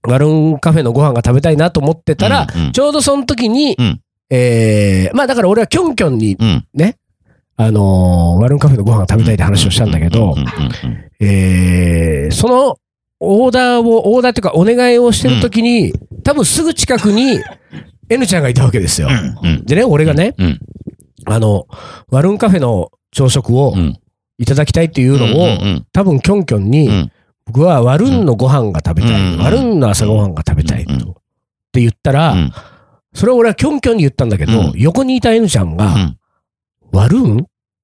A: ワルーンカフェのご飯が食べたいなと思ってたら
B: うんう、ん
A: ちょうどその時に
B: うん、
A: えー、まあだから俺はキョンキョンに
B: うん。
A: ね、あのー、ワルーンカフェのご飯が食べたいって話をしたんだけど
B: う、んうんうん
A: えーそのオーダーを、オーダーというかお願いをしてるときに、多分すぐ近くに N ちゃんがいたわけですよ。
B: うん。
A: でね、俺がね、
B: うん。
A: あの、ワルーンカフェの朝食を
B: うん。
A: いただきたいっていうのを、
B: うん
A: 多分キョンキョンに、
B: うん
A: 僕はワルーンのご飯が食べたい、
B: うん
A: ワルーンの朝ご飯が食べたいと、
B: うん
A: って言ったら、
B: うん
A: それは俺はキョンキョンに言ったんだけど、
B: うん
A: 横にいた N ちゃんが、
B: うん
A: ワルーンっ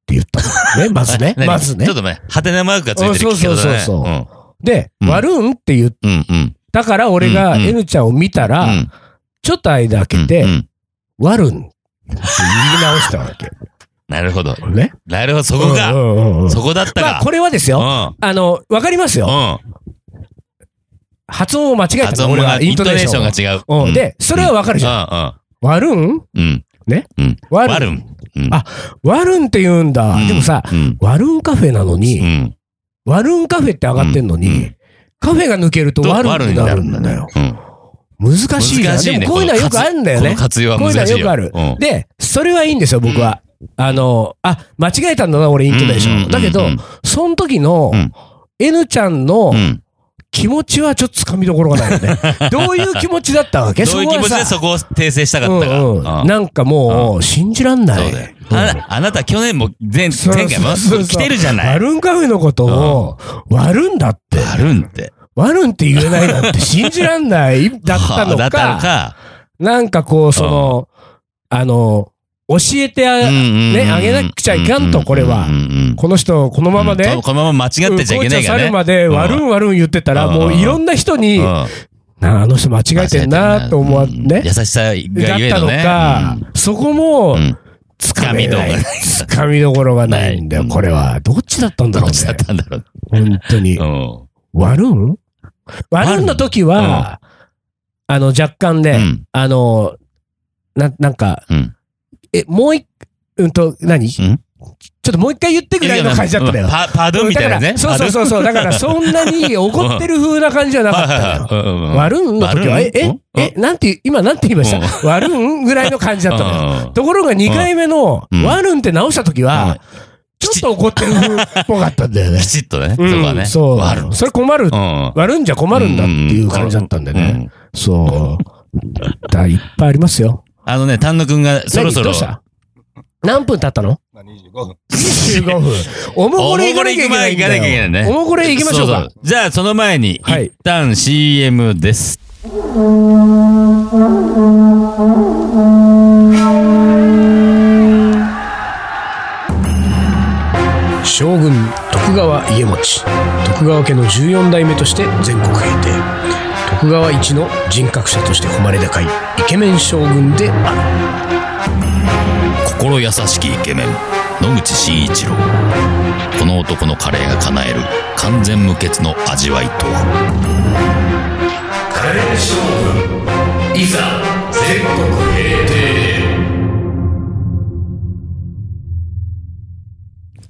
A: て言ったの。ね、まずね
B: 。何
A: まずね
B: ちょっ。とね、ハテナマークがついて
A: う
B: る
A: ん
B: 聞き
A: そう
B: 方だね。
A: そうそうそで、
B: うん
A: ワルーンって言っ
B: うん。うんうん。
A: だから俺が
B: うんうん
A: N ちゃんを見たら、
B: うん
A: ちょっと間開けて、
B: うんうん
A: ワルンって言い直したわけ。
B: なるほど。
A: ね。
B: なるほど、そこ
A: う
B: か。
A: んうんうんうん
B: そこだった
A: まあ
B: か
A: こ。れはです
B: う
A: よ。
B: ん。
A: あの、わかりますよ。
B: う
A: 発音を間違え
B: ん。
A: た
B: 発
A: の
B: 音
A: 俺は
B: が、
A: イ
B: イ
A: ン
B: ン
A: ト
B: ト
A: ネ
B: ネ
A: ー
B: ー
A: シ
B: シ
A: ョ
B: ョ
A: ン
B: ン
A: が。
B: が違う。
A: うん
B: うん
A: で、それはわかるじゃん。ワルン
B: うん。うん。
A: ね
B: うん。
A: ワ
B: ワ
A: ルン。
B: ルン。うん
A: あワルンって言うんだ
B: う。ん
A: でもさ、
B: うん。
A: ワルンカフェなの
B: う
A: に、
B: ん。
A: ワルンカフェって上がってんの
B: うんう
A: に、カフェが抜けるとワルンになるんだよ。
B: うん。
A: 難しいな。
B: 難しい
A: で
B: ね
A: もこういうのはよくあるんだよ
B: こ
A: ね
B: の。活用は
A: こういうの
B: 難
A: は
B: しい
A: よ
B: よ。
A: くある
B: う。ん
A: で、それはいいんですよ、僕は。あの、あ、間違えたんだな、俺、イントネーシ
B: うんう
A: ョ
B: んうんう
A: ン。
B: ん
A: だけど、その時の
B: うん
A: N ちゃんの
B: うん。
A: 気持ちはちょっとつかみどころがないよ ね。どういう気持ちだったわけ
B: どういう気持ちで
A: そ
B: そこを訂正したか
A: こ
B: っ
A: は
B: たか。
A: さ、うんう
B: うんん
A: なんかもう、信じらんない。
B: そうだよ。あなあなた去年も前、
A: そう
B: 前回も
A: そうそうそう
B: 来てるじゃな
A: ワ
B: い。
A: ルンカフェのことを、割るんだって。
B: あるんって。
A: 割るんって言えないなんて信じらんない、だったの
B: はあだったの
A: か、
B: か。
A: なんかこう、その、あの、教えてあ、ね、あげなくちゃいかんと、これは。この人をこのまま
B: う
A: ね
B: ん、このまま間違ってちゃいけないか
A: う
B: ら
A: ん紅茶去
B: ね。
A: るまで悪ん悪ん言ってたら、
B: うん
A: もういろんな人に、
B: うん
A: なああの人間違えてんなと思わ、
B: うん
A: ね
B: 優。しさがゆ
A: だっ
B: え
A: た
B: の
A: の
B: ね。
A: か、そこも
B: うん、
A: つかめない。
B: つ
A: つかみどころがないんだよ、
B: ない
A: これは。どっちだったんだろ
B: ど
A: う
B: っちだっ
A: ね。
B: たんだろう。
A: 本当に
B: う。ん
A: 悪ん悪んの時は、あの、若干
B: う
A: ね、
B: ん。
A: あの、な、なんか、
B: うん。
A: え、もう一、うんと、何ちょ
B: ん
A: っともう一回言ってぐらいの感じだったんだよ
B: うん。パパドゥンみたいな
A: だ
B: ね
A: か。らそうそうそうそう。だからそんなに怒ってる風な感じじゃなかったのよ。
B: たよ
A: 悪んの時は、
B: 悪ん
A: え、え
B: うん、
A: え、なんて、今なんて言いました悪んぐらいの感じだったのよ。ところが2回目の
B: うん
A: 悪んって直した時
B: う
A: は
B: ん、
A: ちょっと怒ってる風っぽかったんだよね
B: き。ちっとね、そこは
A: う
B: ね。
A: ん、そう。
B: 悪ん。
A: それ困る
B: う。ん
A: 悪んじゃ困るんだっていう感じだったんだよね。。
B: う
A: そう。だいっぱいありますよ。
B: あのね、丹野くんがそろそ
A: 何ど
B: ろ
A: うし、た何分経ったの
C: まあ、25分。
A: ?15 分。おもこれ行かなきゃいけないんだよ。
B: おもこれ行
A: おもこれ行きま
B: かなきゃいけないね
A: しょう
B: そ
A: か
B: そ。じゃあ、その前に、
A: はい
B: 一旦 CM です。
A: 将軍徳川家持徳川家の14代目として全国平定徳川一の人格者として誉れ高いイケメン将軍である
B: 心優しきイケメン野口真一郎この男のカレーが叶える完全無欠の味わいとは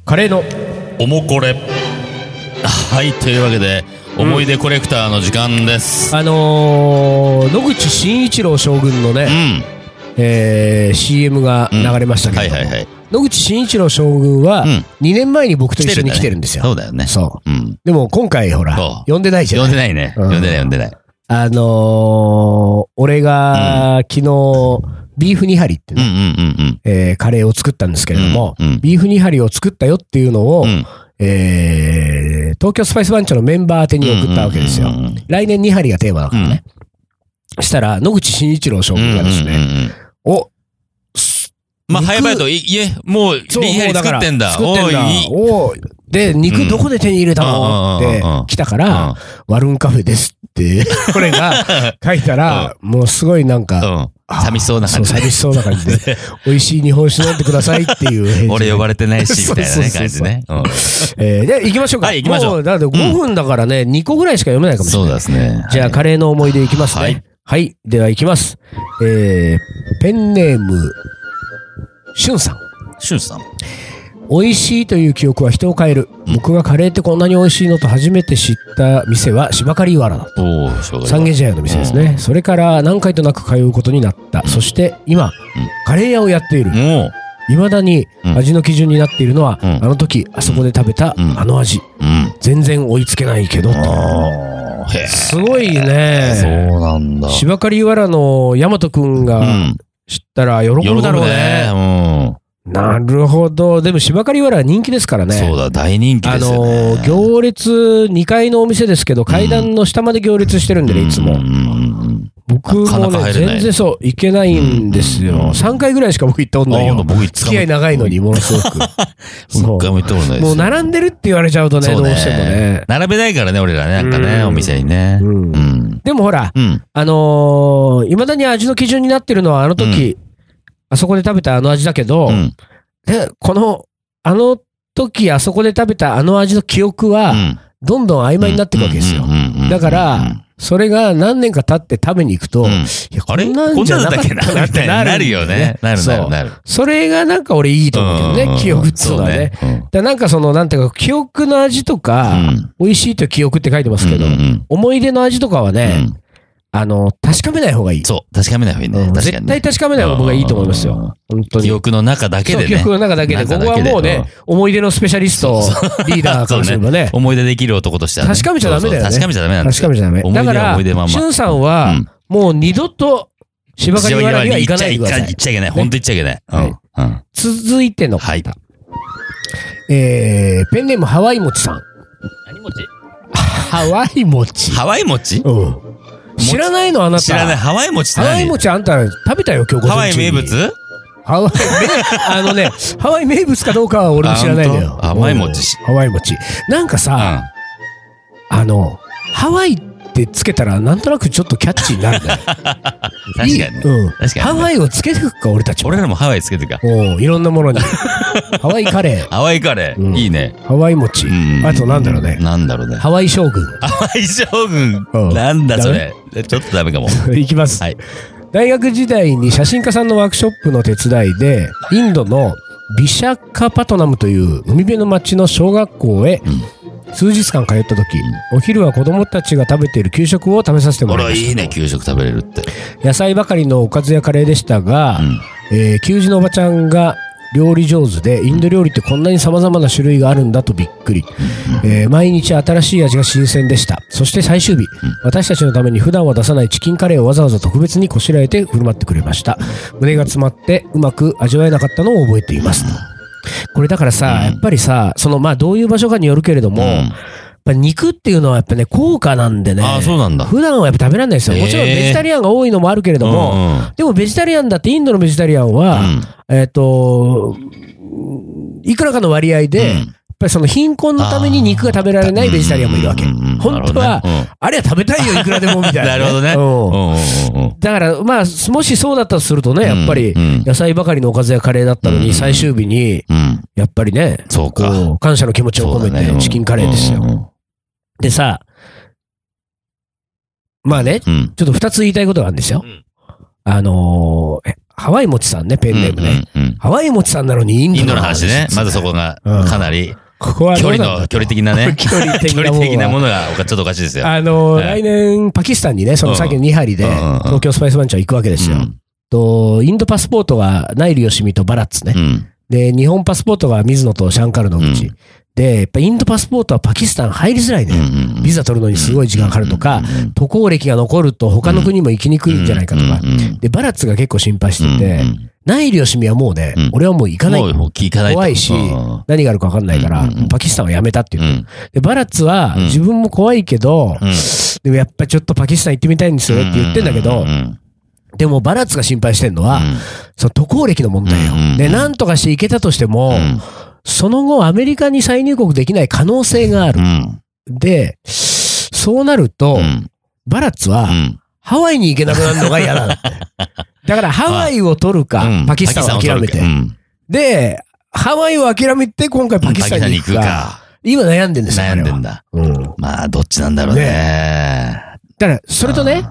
A: カレーの
B: おもこれはいというわけで思い出コレクターの時間です
A: あのー、野口真一郎将軍の
B: う
A: ね、
B: ん
A: えー、CM が流れましたけ
B: は
A: れ
B: い
A: ども、
B: はいはい
A: 野口真一郎将軍は
B: うん
A: 2年前に僕と一緒に来てるんですよ、
B: そうだよね
A: そう
B: うん
A: でも今回ほら
B: そう
A: 呼んでないじゃ
B: 読
A: なんい
B: でないね
A: うん
B: 読んでない読んでない
A: あのー、俺が昨日ビーフニハリって
B: うん
A: ね、
B: うんうんうん
A: えーカレーを作ったんですけれども、
B: うんうん
A: ビーフニハリを作ったよっていうのを、
B: うん
A: えー東京スパイス番長のメンバー宛てに送ったわけですよ。
B: うんうんうんうん
A: 来年ニハリがテーマだからね。したら、野口真一郎将軍がですね、
B: うんうんうんうん
A: お、
B: まあ
A: 肉
B: 早々といいえもうリ
A: そう、
B: ハ
A: もう
B: リ
A: だか
B: 作
A: ら
B: ってんだ
A: 作ってんだ
B: おいい。
A: おーで、肉どこで手に入れたのっ
B: うんうんうんうんうん
A: て来たから、ワルーンカフェです って、これが書いたら、もうすごいなん
B: う
A: か、
B: んうん寂しそうな感じ
A: そう寂しそうな感じ で、美味しい日本酒飲んでくださいっていう返事。
B: 俺呼ばれてないしみたいなね
A: そうそ
B: 感
A: うそ
B: じ
A: う
B: ねうん
A: えー、で、行きましょうか。
B: はい行きましょう
A: もだって5分だからね、2個ぐらいしか読めないかもしれ
B: そ
A: な
B: う
A: い。
B: ですね
A: じゃあ、カレーの思い出いきますね。
B: は
A: はいい。では行きます。えー、ペンネーム、しゅんさん。
B: シュンさん。
A: 美味しいという記憶は人を変える。僕がカレーってこんなに美味しいのと初めて知った店は芝刈りわらだ。
B: おお、しょうが
A: 三軒茶屋の店ですね。それから何回となく通うことになった。そして今、カレー屋をやっている。
B: もう、
A: 未だに
B: うん
A: 味の基準になっているのは、
B: うん
A: あの時、あそこで食べた
B: うん
A: あの味。
B: うん。
A: 全然追いつけないけど。
B: ああ、へ
A: すごい
B: え。そう
A: ね。
B: なんだ。
A: 芝刈りわらの大和くん
B: う
A: が
B: ん。
A: 知ったら喜ぶだろうね。
B: ね。
A: なるほど。でも芝刈りわらは人気ですから
B: うん。
A: ね。
B: そうだ、大人気
A: あ
B: ですよね。
A: のー、行列、2階のお店ですけど、階段の下まで行列してるんでね、いつ
B: うん
A: も
B: う。ん
A: 僕
B: なか
A: も
B: なか
A: ね、
B: 入れない
A: 全然そう、行けないんです
B: うん
A: よ。3回ぐらいしか僕行ったこと
B: うん。
A: ない
B: ああ、
A: よ。
B: 僕一
A: 付き合い長いのに、。ものすごく。
B: そ
A: そう
B: っか、も行ったことないです。
A: もう並んでるって言われちゃうとね、
B: そ
A: ど
B: う
A: うしてもね。
B: 並べないからね、俺らね。なんかね、
A: うん
B: お店にね。
A: う
B: うんん。
A: でもほら、
B: うん。
A: あのいまだに味の基準になってるのは、あの時、あそこで食べたあの味だけど、
B: うん。
A: でこの、あの時、あそこで食べたあの味の記憶は、どんどん曖昧になっていくわけですよ。だから、それが何年か経って食べに行くと、
B: うん
A: いや
B: あれこん
A: な
B: なん
A: んじゃな
B: だっ
A: か
B: た
A: っ
B: っけ
A: たな
B: な
A: っ
B: みた
A: て
B: いな。
A: な
B: な
A: る
B: る
A: んだ
B: よ
A: よ
B: ね。なるな
A: そ
B: る
A: う
B: なる。
A: それがなんか俺いいと思うけど
B: ん
A: ね、記憶っていうのはね。。
B: そううん
A: だからなんかその、なんていうか、記憶の味とか、
B: うん
A: 美味しいと記憶って書いてますけど、
B: うんうんうん
A: 思い出の味とかはね、
B: うん
A: あの、確かめない方がいい。
B: そう、確かめない方がいいね。
A: うん
B: 確かに
A: 絶
B: ね
A: 対確かめない方が僕はいいと思いますよ。本当に。
B: 記憶の中だけ
A: そう
B: で
A: 記
B: ね
A: 憶。の中だけで、ここはもうね、思い出のスペシャリスト、リーダーかもしればね。
B: 思い出できる男としてはね。
A: 確かめちゃダメだよね
B: そうそう確かめちゃダメなんだよ
A: 確かめちゃダメ。
B: 思い
A: だか
B: 出は
A: ら、
B: 思い出まん
A: しゅ
B: ま。
A: んさんは、
B: うん
A: もう二度と、芝刈りわらには行かないで
B: 行
A: くださ
B: っ
A: い。
B: ちゃいけない。本当行っちゃいけない。うんうん
A: 続いての方。
B: はい
A: えー、ペンネームハワイもちさん。
B: 何餅
A: ハワイもち。
B: ハワイ餅
A: うん。知らないのあなた。
B: 知らない。ハワイ餅って
A: ハワイ
B: 何
A: 餅あんた食べたよ、今日午
B: ハワ
A: 前
B: イ
A: 中に
B: 名物
A: ハワイ、あのね、ハワイ名物かどうかは俺も知らないんだ
B: あ本
A: よ。
B: 当甘い餅
A: うん。ハワイ餅。なんかさ、あの、ハワイってつけたらなんとなくちょっとキャッチーになるんだよ。
B: 確かに
A: いい
B: ね。
A: うん。
B: 確かにね
A: ハワイをつけてくか、俺たちも。
B: 俺らもハワイつけてるか。
A: おういろんなもの に。ハワイカレ
B: ハワイカレ
A: う
B: ー。
A: ん
B: いいね。
A: ー、ハワイ餅
B: う。ん
A: あとなんだろうね。
B: なんだろうね。ハ
A: ハワイ将軍。
B: ワイ将軍
A: う。ん
B: なんだそれ。ちょっとダメかも。
A: いきます。
B: はい。
A: 大学時代に写真家さんのワークショップの手伝いで、インドのビシャカパトナムという海辺の町の小学校へ数日間通った時、お昼は子供たちが食べている給食を食べさせても
B: こ
A: らい
B: れ
A: ました。
B: いいね、給食食べれるって。
A: 野菜ばかりのおかずやカレーでしたが、
B: うん
A: えー給仕のおばちゃんが料理上手でインド料理ってこんなに様々な種類があるんだとびっくり、えー毎日新しい味が新鮮でしたそして最終日、私たちのために普段は出さないチキンカレーをわざわざ特別にこしらえて振る舞ってくれました胸が詰まってうまく味わえなかったのを覚えていますこれだからさ、やっぱりさそのまあどういう場所かによるけれども、
B: うん
A: やっぱ肉っていうのはやっぱね高価なんでね
B: ああ、そうなんだ。
A: 普段はやっぱ食べられないですよ。
B: えー
A: もちろんベジタリアンが多いのもあるけれども、
B: うんうん
A: でもベジタリアンだってインドのベジタリアンは、えっ、と、いくらかの割合で、
B: うん
A: やっぱりその貧困のために肉が食べられないベジタリアンもいるわけ。
B: うんうんうん
A: 本当は、
B: なるほどねうん
A: あれは食べたいよ、いくらでもみたいな、
B: なるほどね。
A: うん
B: うんうんうんうん
A: だから、まあ、もしそうだったとするとね、やっぱり
B: うんうん、
A: 野菜ばかりのおかずやカレーだったの
B: うん
A: に、最終日に、
B: うん。
A: やっぱりね、
B: そうか
A: こう感謝の気持ちを
B: そう
A: 込
B: だね
A: めて、チキンカレーですよ。。でさ、まあね、
B: うんうんうん。
A: ちょっと二つ言いたいことがあるんですよ。
B: うん
A: あのーえハワイもちさんね、ペンネームね。
B: うんうんうん
A: ハワイもちさんなのにイン
B: イ
A: ド
B: ンド
A: の
B: の
A: 話
B: 話ね。まずそこが、かなり、
A: ここはど
B: 距
A: う
B: 離
A: なんだ。
B: の、距離的な ね
A: 距離的
B: 距
A: な
B: 離
A: ものは
B: 的なものが、ちょっとおかしいですよ。
A: あのー
B: ええ
A: 来年、パキスタンにね、その先の2針で、
B: うんうんうん
A: 東京スパイス番長行くわけですよ。
B: うん
A: と、インドパスポートはナイル・ヨシミとバラッツね。
B: うん
A: で、日本パスポートは水野とシャンカルの口。
B: う
A: で、やっぱインドパスポートはパキスタン入りづらいね。
B: うんうんうん
A: ビザ取るのにすごい時間かかるとか、渡航歴が残ると他の国も行きにくいんじゃないかとか
B: うんうんうん。
A: で、バラッツが結構心配してて、
B: うんうん
A: ない両親はもうね、
B: うん
A: 俺はもう行かない。
B: もう聞かないと
A: 怖いし
B: うん、
A: 何があるか分かんないから、
B: うんうん
A: パキスタンはやめたって
B: う
A: 言って。
B: ん
A: で、バラッツは、
B: うん
A: 自分も怖いけど、
B: うん
A: でもやっぱちょっとパキスタン行ってみたいんですよって言ってんだけど、
B: ううん
A: でもバラッツが心配してんのは、
B: うん
A: その渡航歴の問題よ。
B: うん
A: で、なんとかして行けたとしても、
B: うん
A: その後アメリカに再入国できない可能性があ
B: う
A: る。
B: ん
A: で、そうなると、
B: うん
A: バラッツは、
B: うん
A: ハワイに行けなくなるのが嫌なんだっ て。だからハワイを取るか、
B: うん
A: パキスタンを諦めて。
B: うん
A: で、ハワイを諦めて今回パ
B: パ
A: キ
B: キ
A: ス
B: ス
A: タ
B: タ
A: ン
B: ン
A: に
B: に
A: 行
B: 行
A: く
B: く
A: か。
B: か。
A: 今悩んでんですよ。
B: 悩んでん
A: だ。
B: だ。
A: うん。だか
B: まあ、どっちなんだろうね。
A: ら、それとね、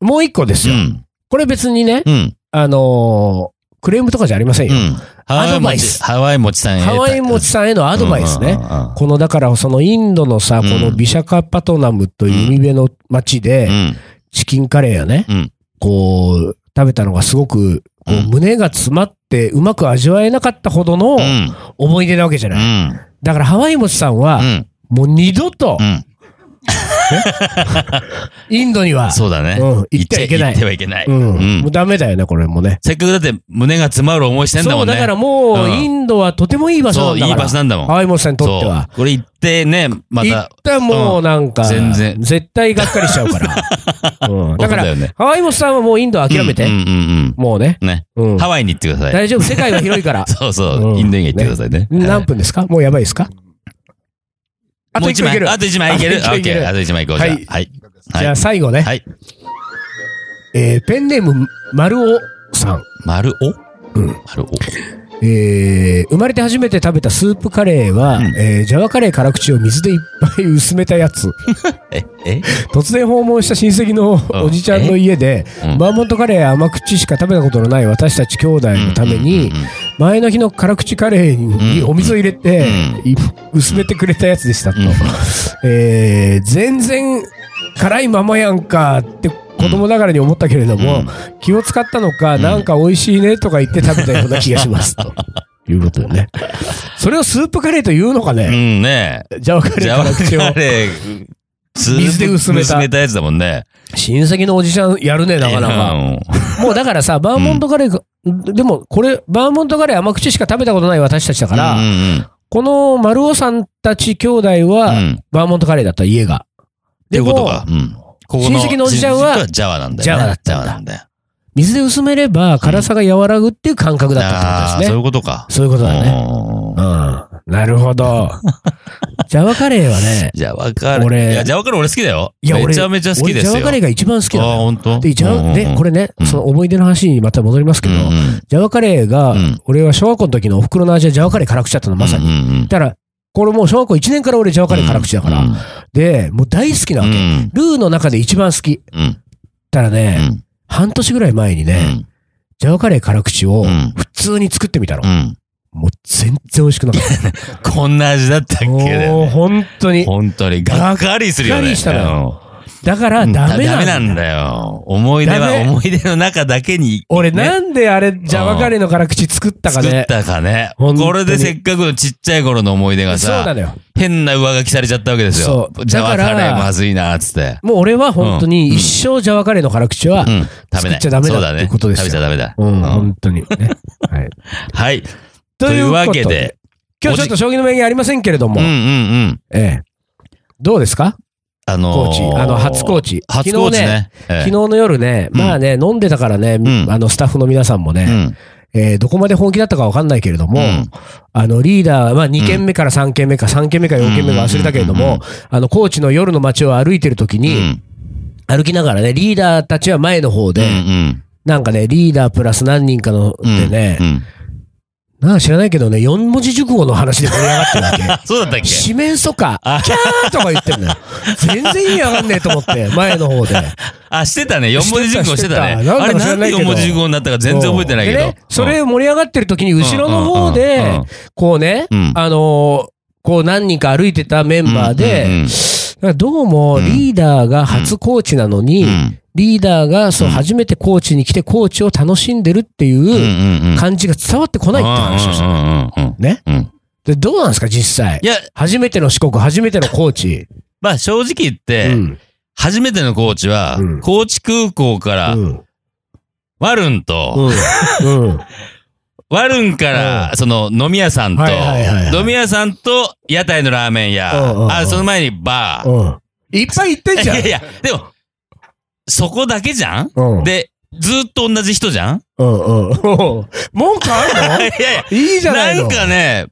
A: もう一個です
B: う
A: よ。
B: ん。
A: これ別にね、
B: うん。
A: あのークレームとかじゃありません
B: う
A: よ。
B: ん。ハワイ
A: アドバイ
B: も
A: ス
B: ち、ハワイもちさんへ。
A: ハワイもちさんへのアドバイス
B: う
A: ね
B: んう。んうんうん
A: この、だから、そのインドのさ、
B: う
A: こ
B: ん
A: のビシャカパトナムという海辺の町
B: う
A: で、
B: ん。
A: チキンカレーやね、
B: うん。
A: こう、食べたのがすごく、こ
B: う
A: う、
B: ん
A: 胸が詰まって、うまく味わえなかったほどの
B: うん。
A: 思い出なわけじゃ
B: う
A: ない。
B: ん。
A: だから、ハワイもちさんは
B: う、ん。
A: もう二度と
B: う、ん。
A: インドには、
B: そうだね。
A: うん行ってはいけない
B: 行ってはいけない。
A: うん。
B: うん
A: もうダメだよね、これもね。
B: せっかくだって胸が詰まる思いしてんだ
A: そ
B: も
A: うん
B: ね。
A: だからもう、
B: うん
A: インドはとてもいい場所なんだから。
B: そういい場所なんだもん
A: ハワイモスさんにとっては
B: そ。う。これ行ってね、ま。
A: 行ったたらもうなんか、
B: うん全然
A: 絶対がっかりしちゃう から。うんだか
B: そうだ
A: ら、
B: よね
A: ハワイモスさんはもうインドは諦めて。
B: うんうんうん
A: もうね。
B: うん。ね。
A: うん
B: ハワイに行ってください。。
A: 大丈夫、世界は広いから
B: そうそうう。
A: ん
B: インドに行ってくださいね。
A: 何分ですかもうやばいですかあ
B: も
A: と
B: う
A: 一
B: 一
A: 枚いけ
B: 枚。
A: る。
B: あと一枚いける。オ
A: あと一枚
B: ッ
A: いけ
B: ケ
A: る
B: ー。あと一枚いこう。じゃあ
A: は
B: はいい。はい。
A: じゃあ最後ね。
B: はい。
A: えーペンネーム、丸尾さん。
B: 丸尾
A: うん
B: 丸尾。
A: えー生まれて初めて食べたスープカレーは、えージャワカレー辛口を水でいっぱい薄めたやつ。
B: え、え
A: 突然訪問した親戚の
B: うん
A: おじちゃんの家で、
B: うん
A: バーモントカレーや甘口しか食べたことのない私たち兄弟のために、前の日の辛口カレーに
B: うん
A: お水を入れて、い薄めてくれたやつでしたと。えー全然辛いままやんかって子供ながらに思ったけれども、
B: うん
A: 気を使ったのか、なんか美味しいねとか言って食べたような気がしますと。いうことでね。それをスープカレーというのか
B: う
A: ね、
B: んね
A: ジャワカレ
B: じ
A: ー
B: ゃあ、
A: 辛口を。
B: レー
A: 水で薄めた
B: 薄めたやつだもんね。
A: 親戚のおじちゃんやるね、なかなか。もうだからさ、バーモントカレーが、でもこれ、バーモントカレー甘口しか食べたことない私たちだから、
B: うんうん
A: この丸尾さんたち兄弟
B: う
A: は、
B: ん。っ
A: バーモントカレーだった家が。で
B: ていう
A: も
B: ことか。うんここ
A: 親戚のおじちゃんは
B: 親戚ジャワなんだよね。
A: ジャワだったんだ
B: ジャワなんだよ。
A: 水で薄めれば辛さが和らぐっていう感覚だったってこと
B: あー
A: です
B: そう
A: ね。
B: いうことか。
A: そういうことだね。
B: ね。
A: うん。なるほ ど。ジャワカレーはね、
B: じゃあ分かる。
A: 俺
B: いや、じゃあ分かる俺好きだよ。
A: いや俺
B: めちゃめちゃ好き
A: 俺
B: で
A: ジ
B: すよ。
A: ャワカレーが一番好き
B: ああ、
A: だね。
B: ほんと
A: で、ジャワ、で、こ
B: れ
A: れね
B: う、ん
A: その思い出の話にまた戻りますけど、ジャワカレーが
B: うん、
A: 俺は小学校の時のお袋の味はジャワカレー辛口だったの、まさに。
B: に。
A: だから、これもう小学校1年から俺ジャワカレー辛口だから。
B: うん
A: で、もう大好きなわけ。
B: うん
A: ルーの中で一番好き。
B: うん
A: たらね、
B: うん
A: 半年ぐらい前に
B: う
A: ね、
B: ん
A: ジャワカレー辛口を
B: うん
A: 普通に作ってみたの。
B: うん
A: もう全然美味しくなか った。
B: こんな味だったっけ
A: も
B: だよ
A: う
B: ね
A: 本当に。
B: 本当に、がっかりするよね。
A: がっかりしたのよ
B: うん
A: だからダメな
B: ダ
A: ん
B: メ
A: だ。
B: なんだよ。思い出
A: ダ
B: は
A: メ
B: 思い出の中だけに。
A: 俺
B: ね
A: なんであれ、ジャワカレーの辛口作ったか
B: 作っ
A: ね。
B: たかね。
A: 本
B: こ
A: 当に
B: れでせっかくのちっちゃい頃の思い出が
A: そうな
B: さ、
A: のよ。
B: 変な上書きされちゃったわけですよ
A: そ。う
B: ジャワ
A: だか
B: カ
A: ら
B: レーまずいな、つって。
A: もう俺は本当に一生ジャワカレーの辛口は、
B: うん。食
A: 作
B: べな
A: っ
B: い。
A: ちゃダメだ
B: そうだね。
A: ってことですよ
B: 食べちゃダメだ。
A: うん、
B: うん
A: 本当 にね。はい。
B: はい。というわけ
A: というこ
B: で。
A: と。今日ちょっと将棋の名言ありませんけれど
B: うん
A: も、
B: うんうん。
A: ええ。どうですか
B: あのー、
A: コーチ。あの、初コーチ。
B: 初コーチね。
A: 昨
B: 昨
A: 日の夜ね、
B: うん
A: まあね、飲んでたからね、
B: ん
A: あの、スタッフの皆さんもね、えーどこまで本気だったかわかんないけれども、
B: うん
A: あの、リーダー、まあ、2軒目から3軒目か、3軒目か4軒目か忘れたけれど
B: うんうん
A: も、あの、高知の夜の街を歩いてる時
B: うん。
A: に、歩きながらね、リーダーたちは前の方
B: うん。う
A: で、
B: ん。
A: なんかね、リーダープラス何人かの、
B: うん。
A: でね
B: う、ん。
A: なんか知らないけどね、4文字熟語の話で盛り上がってるわけ。
B: あ、そうだったっけ
A: 四面楚歌、キャーとか言ってんのよ。全然意味わかんねえと思って、前の方で。
B: あ、してたね。4文字熟語し
A: して
B: てたね。
A: た
B: あれ
A: なんだか知
B: な
A: ら
B: ん
A: ない
B: で
A: けど
B: 4文字熟語になったか全然覚えてないけ
A: で
B: ど
A: ね。それ盛り上がってる時に、後ろの方
B: うんうんうん
A: で
B: うん、
A: こうね
B: うん、
A: あのー、こう何人か歩いてたメンバー
B: うんうんう
A: で
B: ん、
A: なんかどうもリーダーが初コーチなの
B: う
A: に、
B: ん。
A: リーダーがそう初めてコーチに来てコーチを楽しんでるって
B: うん。
A: いう
B: うん。うん。
A: 感じが伝わってこないって話をした。
B: うんうんうんうん
A: ね。
B: うんうん。
A: で、どうなんですか、実際
B: い。や、
A: 初めての四国、初めてのコーチ。
B: まあ正直言っ
A: う
B: て、
A: ん。
B: 初めてのコーチは
A: うん、
B: 高知空港から
A: う、ん。
B: ワルンと、
A: うん。 うん
B: ワルンから、その飲み屋さんと
A: はいはいはいは、い
B: 飲み屋さんと屋台のラーメン屋
A: うんうんう、ん
B: あ、その前にバー。
A: うん。いっぱい言ってん
B: い
A: じゃん。
B: やいや、 でも、そこだけじゃん
A: うん。
B: で、ずっと同じ人じゃん
A: うんうん。文句ある
B: いやいや、
A: のいいじゃないの。
B: んかね、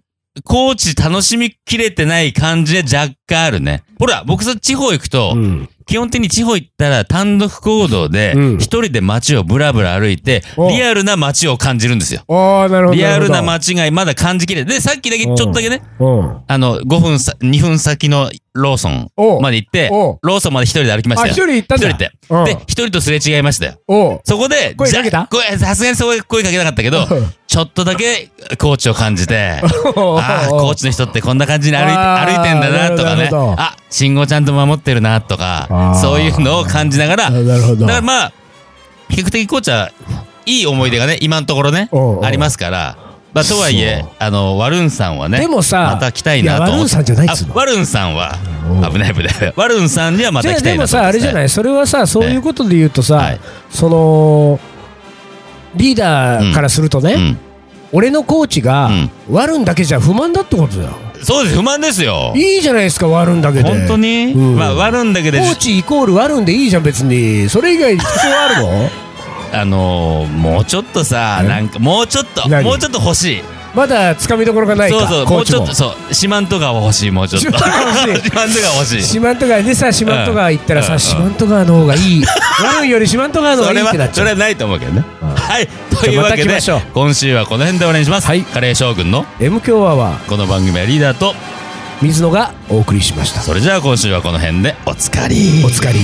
B: コーチ楽しみきれてない感じで若干あるね。ほら、僕さ、地方行くと、
A: うん。
B: 基本的に地方行ったら単独行動で、一、
A: うん
B: 人で街をブラブラ歩いて、
A: お
B: リアルな街を感じるんですよ。
A: ああ、なるほど。
B: リアルな
A: る
B: 街がまだ感じきれない。で、さっきだけ、ち
A: うん
B: ょっとだけね、
A: ほど。うん。
B: あの、5分さ、2分先のローソン
A: おう
B: まで行って、
A: おう
B: ローソンまで一人で歩きまし
A: あ、
B: た
A: 一
B: よ。
A: 人行ったん
B: 一
A: だ。
B: 人で。
A: うん
B: で、一人とすれ違いましたよ。
A: おう
B: そこで、
A: 声かけた
B: じゃ声さすがにそこで声かけなかったけど
A: うん、
B: ちょっとだけコーチを感じ て、ああ、コーチの人ってこんな感じに歩いて
A: あー
B: 歩いてんだなとか
A: な
B: ね
A: るほどなるほ、ど
B: あ信号ちゃんと守ってるなとか
A: あ、ー
B: そういうのを感じながら、
A: あ
B: だ
A: なるほど。
B: からまあ、比較的コーチはいい思い出がね、今のところね
A: おうお、う
B: ありますから、まあ、とはいえ
A: そう、
B: あの、ワルンさんはね、
A: でもさ
B: また来たいなと
A: いやワル
B: 思って。
A: ンさんじゃないっつうの
B: あワルンさんは
A: お、う
B: 危ない危ない。ワルンさんにはま
A: じ
B: た
A: ゃあ
B: 来た
A: で
B: いな
A: も
B: と
A: さ、
B: 思って。
A: あれじゃない、それはさ、そういうことで言うと
B: は
A: さ
B: い、
A: その、リーダーからすると
B: う
A: ね、
B: ん
A: 俺のコーチが
B: うん、
A: 割るんだけじゃ不満だってことだよ。
B: そうです、不満ですよ。
A: いいじゃないですか、割るんだけで。
B: 本当に、
A: うん
B: まあ、割るんだけ
A: コ
B: ど、
A: ーチイコール割るんでいいじゃん、別に。それ以外、必要あるの
B: あのー、もうちょっとさ、
A: え
B: なんか、もうちょっと、
A: 何
B: もうちょっと欲しい。
A: まだ掴みどころがない
B: そう
A: か
B: そ、う、
A: コ
B: も
A: ー
B: う
A: チ
B: ちょ
A: も
B: っと、。そう、四万十川欲しい、もうちょっと。
A: 四万十川欲しい
B: 四万十川欲しい。
A: 四万十川でさ四万十川行ったら
B: うん
A: さ四万十川の方がいい悪いより四万十川の方が
B: そ
A: い
B: れ
A: いってな
B: は
A: っ、ち
B: そ
A: ゃ
B: れ
A: う
B: はないと思うけどね。はい。と
A: じゃ
B: い
A: あま
B: うわ
A: た
B: け
A: 来
B: で
A: ましょう、
B: 今週はこの辺で終わりにします。カレー将軍の、
A: M 強アワ
B: この番組はリーダーと、
A: ー水野がお送りしました
B: それじゃあ今週はこの辺で、おつかり。
A: お疲れ